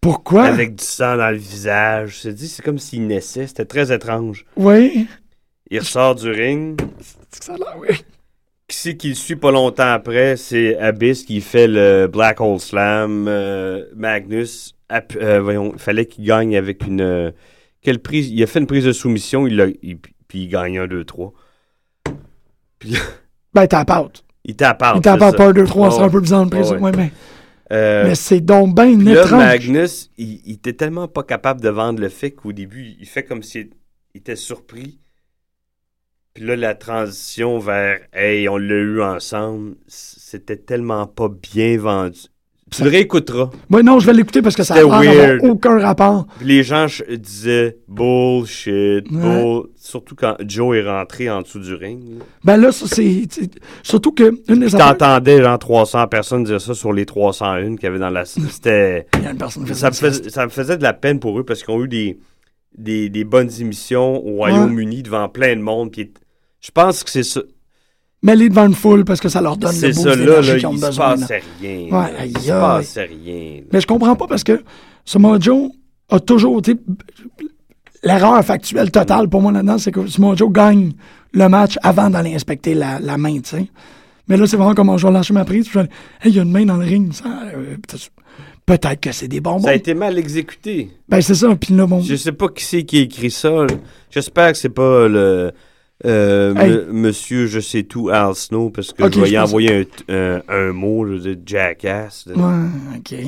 S4: Pourquoi?
S6: avec du sang dans le visage. Je te dis, c'est comme s'il naissait, c'était très étrange.
S4: Oui.
S6: Il ressort du ring,
S4: C'est que ça là, oui.
S6: Qui c'est qui le suit pas longtemps après? C'est Abyss qui fait le Black Hole Slam. euh, Magnus, app- euh, voyons, il fallait qu'il gagne avec une. euh, quelle prise? Il a fait une prise de soumission, il l'a- il- puis il gagne un, deux, trois.
S4: Ben, tap out.
S6: Il tape out,
S4: il tap
S6: Ah, c'est
S4: out
S6: ça.
S4: 1, 2, 3,
S6: Ouais,
S4: c'est un peu bizarre de prise.
S6: ouais.
S4: Ouais, mais,
S6: Euh,
S4: mais c'est donc ben
S6: puis là,
S4: étrange.
S6: Magnus, il, il était tellement pas capable de vendre le fait qu'au début, il fait comme s'il était surpris. Puis là, la transition vers Hey, on l'a eu ensemble, c'était tellement pas bien vendu. Tu le réécouteras.
S4: Ouais, non, je vais l'écouter parce que ça a
S6: C'était
S4: l'air d'avoir
S6: weird.
S4: aucun rapport.
S6: Puis les gens ch- disaient bullshit, bull. Surtout quand Joe est rentré en dessous du ring. là.
S4: Ben là, ça, c'est. c'est- Surtout que une des affaires-
S6: T'entendais genre 300 personnes dire ça sur les 301 qu'il y avait dans la. C'était.
S4: Il y a une personne qui fait
S6: Ça me, fais- ça me faisait de la peine pour eux parce qu'ils ont eu des, des, des bonnes émissions au Royaume-Uni devant plein de monde. Puis je pense que c'est ça.
S4: Mais aller devant une foule parce que ça leur donne le
S6: C'est
S4: boost
S6: ça là,
S4: d'énergie
S6: là,
S4: qu'ils ont
S6: il se
S4: besoin, là.
S6: passait rien.
S4: Ouais,
S6: là.
S4: aïe,
S6: il se
S4: aïe.
S6: passait rien. là.
S4: Mais je comprends pas parce que Samoa Joe a toujours. tu sais, L'erreur factuelle totale pour moi là-dedans, c'est que Samoa Joe gagne le match avant d'aller inspecter la, la main, tu sais. Mais là, c'est vraiment comme je vais lâcher ma prise. puis je vais aller, Hey, il y a une main dans le ring. Ça, euh, peut-être- Peut-être que c'est des bonbons.
S6: Ça a été mal exécuté.
S4: Ben, c'est ça. Puis là, bon.
S6: Je sais pas qui c'est qui a écrit ça. là. J'espère que c'est pas le euh,
S4: Hey.
S6: m- monsieur je sais tout Al Snow parce que
S4: Ok,
S6: je vais
S4: je
S6: y
S4: pense-
S6: envoyer un, t- un- un mot là, de jackass. de-
S4: Ouais, OK. Je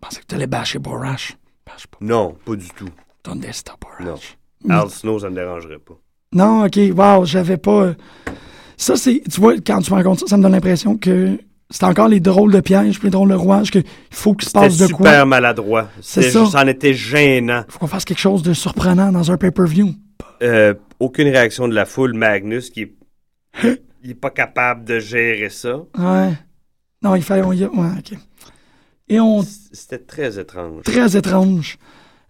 S4: pensais que t'allais bâcher Borash. Bâche pas.
S6: Non, pas du tout.
S4: Donde está Borash?
S6: Al Snow, ça me dérangerait pas.
S4: Non, OK. Wow, j'avais pas. euh, Ça, c'est. Tu vois, quand tu me racontes ça, ça me donne l'impression que c'est encore les drôles de pièges, puis les drôles de rouages, qu'il faut qu'il se
S6: C'était
S4: passe de
S6: super
S4: quoi.
S6: maladroit.
S4: C'est
S6: C'était-
S4: ça.
S6: Ça en était gênant.
S4: faut qu'on fasse quelque chose de surprenant dans un pay-per-view.
S6: Euh, aucune réaction de la foule. Magnus, qui est, il est pas capable de gérer ça.
S4: Ouais. Non, il fallait. on y- ouais, OK. Et on.
S6: C'était très étrange.
S4: Très étrange.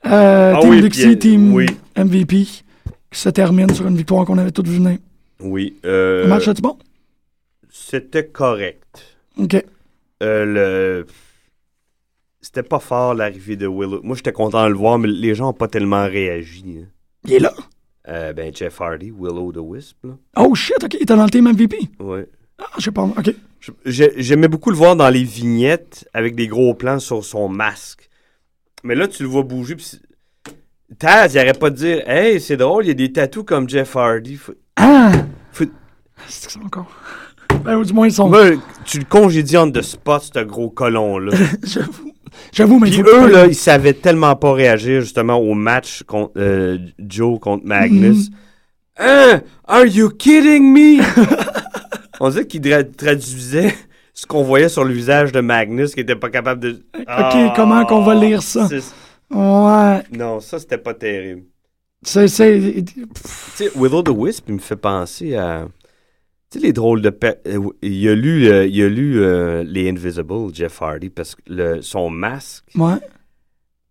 S4: Euh,
S6: Ah
S4: team
S6: oui,
S4: Dixie,
S6: puis, euh,
S4: Team
S6: oui.
S4: MVP, qui se termine sur une victoire qu'on avait toutes vu venir.
S6: Oui. euh,
S4: Le match était bon?
S6: C'était correct.
S4: OK.
S6: Euh, le... C'était pas fort l'arrivée de Willow. Moi, j'étais content de le voir, mais les gens ont pas tellement réagi. hein.
S4: Il est là.
S6: Euh, ben, Jeff Hardy, Willow the Wisp. Là.
S4: Oh shit, OK. Il était dans le team MVP.
S6: Ouais.
S4: Ah, je sais pas. OK.
S6: Je- j'ai- J'aimais beaucoup le voir dans les vignettes avec des gros plans sur son masque. Mais là, tu le vois bouger. Pis... c'est- Taz, il arrête pas de dire Hey, c'est drôle, il y a des tatous comme Jeff Hardy. Faut-
S4: Ah!
S6: faut-
S4: C'est que c'est encore. Ben, ou du moins, ils sont.
S6: Moi, tu le congédies on the spot, ce gros colon-là.
S4: J'avoue. J'avoue, mais.
S6: Puis
S4: il faut-
S6: eux, là, ils savaient tellement pas réagir justement au match contre euh, Joe contre Magnus. Hein? Are you kidding me? On dirait qu'ils dra- traduisaient ce qu'on voyait sur le visage de Magnus qui était pas capable de. Ok,
S4: comment qu'on va lire ça? Ouais.
S6: Non, ça c'était pas terrible.
S4: C'est. c'est-
S6: Tu sais, Willow the Wisp, il me fait penser à. Tu sais, les drôles de. pe- euh, Il a lu, euh, il a lu euh, Les Invisibles, Jeff Hardy, parce que le- son masque.
S4: Ouais.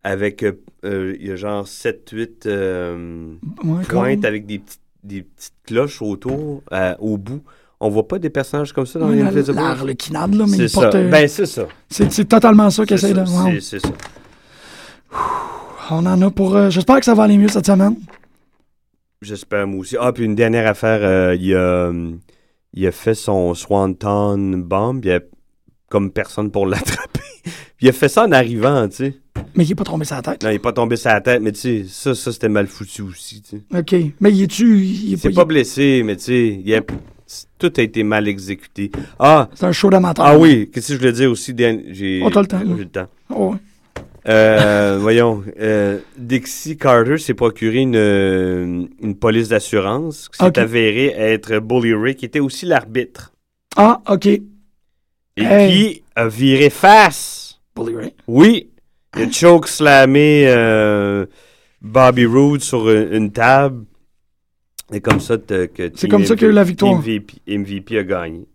S6: avec euh, euh, il y a genre 7 8
S4: Ouais, comme-
S6: pointes avec des petites des petites cloches autour euh, au bout. On voit pas des personnages comme ça dans
S4: Ouais,
S6: les
S4: la-
S6: Invisibles.
S4: L'arlequinade, là, mais
S6: C'est
S4: il
S6: ça.
S4: porte. euh,
S6: Ben c'est ça.
S4: c'est c'est totalement ça qu'il
S6: C'est
S4: essaie de.
S6: ça.
S4: wow.
S6: C'est- c'est ça.
S4: On en a pour. euh, J'espère que ça va aller mieux cette semaine.
S6: J'espère moi aussi. Ah puis une dernière affaire euh, il a euh, il a fait son Swanton bomb, il a comme personne pour l'attraper. il a fait ça en arrivant, tu sais.
S4: Mais il est pas tombé sa tête.
S6: Non, il est pas tombé sur la tête, mais tu sais, ça ça c'était mal foutu aussi, tu sais.
S4: OK. Mais il est-tu. il est
S6: Il s'est
S4: pas-
S6: pas blessé, mais tu sais, il a- tout a été mal exécuté. Ah,
S4: C'est un show d'amateur.
S6: ah oui, qu'est-ce que je voulais dire aussi? Dan- J'ai
S4: Oh, t'as le temps,
S6: j'ai
S4: oui.
S6: le temps.
S4: Oh, ouais.
S6: Euh, voyons, euh, Dixie Carter s'est procuré une, une police d'assurance qui s'est
S4: Ok.
S6: avérée être Bully Ray, qui était aussi l'arbitre.
S4: Ah, OK.
S6: Et
S4: Hey.
S6: qui a viré face.
S4: Bully Ray.
S6: Oui, il a choke slamé euh, Bobby Roode sur une, une table. C'est comme ça te- que
S4: C'est
S6: Team
S4: comme ça qu'il y a eu la victoire.
S6: MVP, MVP a gagné.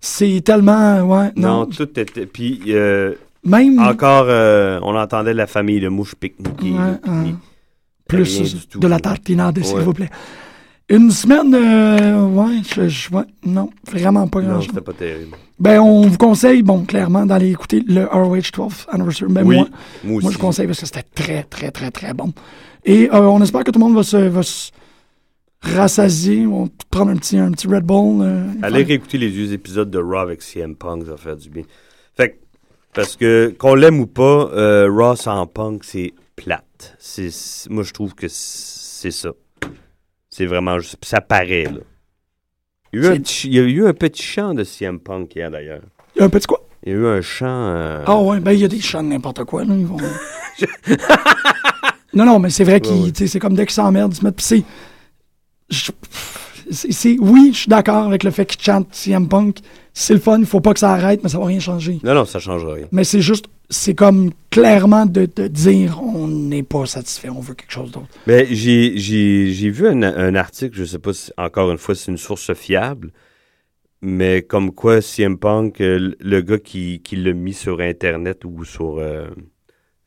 S4: C'est tellement. Ouais.
S6: Non,
S4: Non.
S6: tout était. Puis euh,
S4: Même.
S6: encore, euh, on entendait la famille de mouches pique-niquer.
S4: Ouais,
S6: là, puis
S4: hein.
S6: rien
S4: plus
S6: du tout,
S4: de la
S6: là.
S4: tartinade, s'il
S6: Ouais.
S4: vous plaît. Une semaine, euh, ouais, je, je- ouais, non, vraiment pas
S6: Non,
S4: grand
S6: c'était pas terrible.
S4: Ben, on vous conseille, bon, clairement, d'aller écouter le ROH 12th Anniversary. Ben,
S6: oui,
S4: moi,
S6: moi aussi.
S4: moi, je conseille parce que c'était très, très, très, très bon. Et euh, on espère que tout le monde va se, va se rassasier, on va prendre un petit, un petit Red Bull. euh,
S6: Allez
S4: faire-
S6: réécouter les vieux épisodes de Raw avec CM Punk, ça va faire du bien. Fait que, parce que, qu'on l'aime ou pas, euh, Raw sans Punk, c'est plate. C'est, c'est- moi, je trouve que c'est ça. C'est vraiment juste. puis ça paraît, là. Il y, a eu un
S4: C'est-
S6: petit- il y a eu un petit chant de CM Punk hier, d'ailleurs.
S4: Il y a un petit quoi?
S6: Il y a eu un chant. euh,
S4: Ah ouais, ben, il y a des chants de n'importe quoi, là, ils vont... non, non, mais c'est vrai qu'ils,
S6: Ouais, ouais.
S4: tu sais, c'est comme dès qu'ils s'emmerdent, ils se mettent... Puis c'est... je- c'est- c'est- oui, je suis d'accord avec le fait qu'ils chantent CM Punk. C'est le fun, il faut pas que ça arrête, mais ça va rien changer.
S6: Non, non, ça changera rien.
S4: Mais c'est juste, c'est comme clairement de, de dire on n'est pas satisfait, on veut quelque chose d'autre.
S6: Mais Ben, j'ai, j'ai, j'ai vu un, un article, je sais pas si, encore une fois, c'est une source fiable, mais comme quoi CM Punk, euh, le- le gars qui, qui l'a mis sur Internet ou sur euh,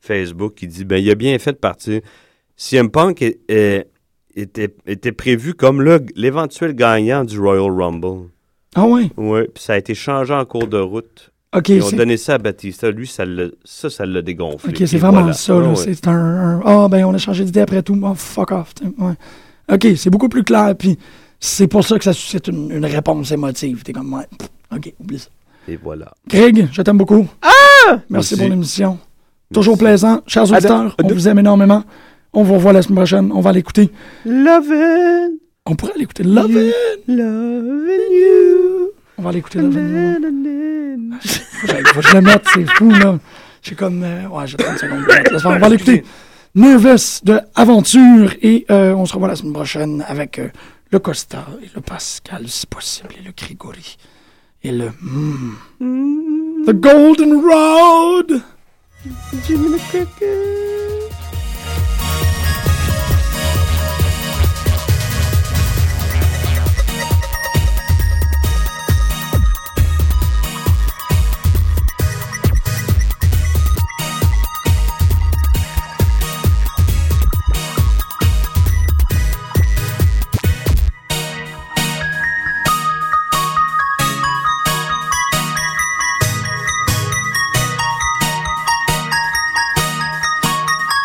S6: Facebook, il dit ben il a bien fait de partir. CM Punk est- est- était, était prévu comme le, l'éventuel gagnant du Royal Rumble.
S4: Ah ouais,
S6: Ouais, puis ça a été changé en cours de route.
S4: ok,
S6: Ils ont
S4: c'est
S6: donné ça à Batista. Lui, ça l'a, ça, ça l'a dégonflé.
S4: ok, c'est
S6: Et
S4: vraiment
S6: voilà.
S4: ça.
S6: Ouais,
S4: là.
S6: ouais.
S4: C'est un un- ah ben on a changé d'idée après tout, oh, fuck off. t'sais, ouais. Ok, c'est beaucoup plus clair, puis c'est pour ça que ça suscite une, une réponse émotive. T'es comme ouais, pff, ok, oublie ça.
S6: Et voilà.
S4: Greg, je t'aime beaucoup.
S5: Ah!
S4: Merci
S6: Aussi.
S4: pour l'émission. Toujours plaisant. Chers auditeurs, on
S5: de-
S4: vous aime énormément. On vous revoit la semaine prochaine. On va l'écouter.
S5: Loving,
S4: On pourrait aller écouter Love It.
S5: loving you.
S4: On va aller écouter Love It. ouais.
S5: Na-na-na.
S4: Faut que je- faut que je le mette, c'est fou, là. J'ai comme. euh, ouais, j'ai 30 secondes. pour mettre. Laisse faire. On va aller écouter Nervous de Aventure et euh, on se revoit la semaine prochaine avec euh, le Costa et le Pascal, si possible, et le Grigori et le. mm. The Golden Road!
S5: Jimmy the Cricket.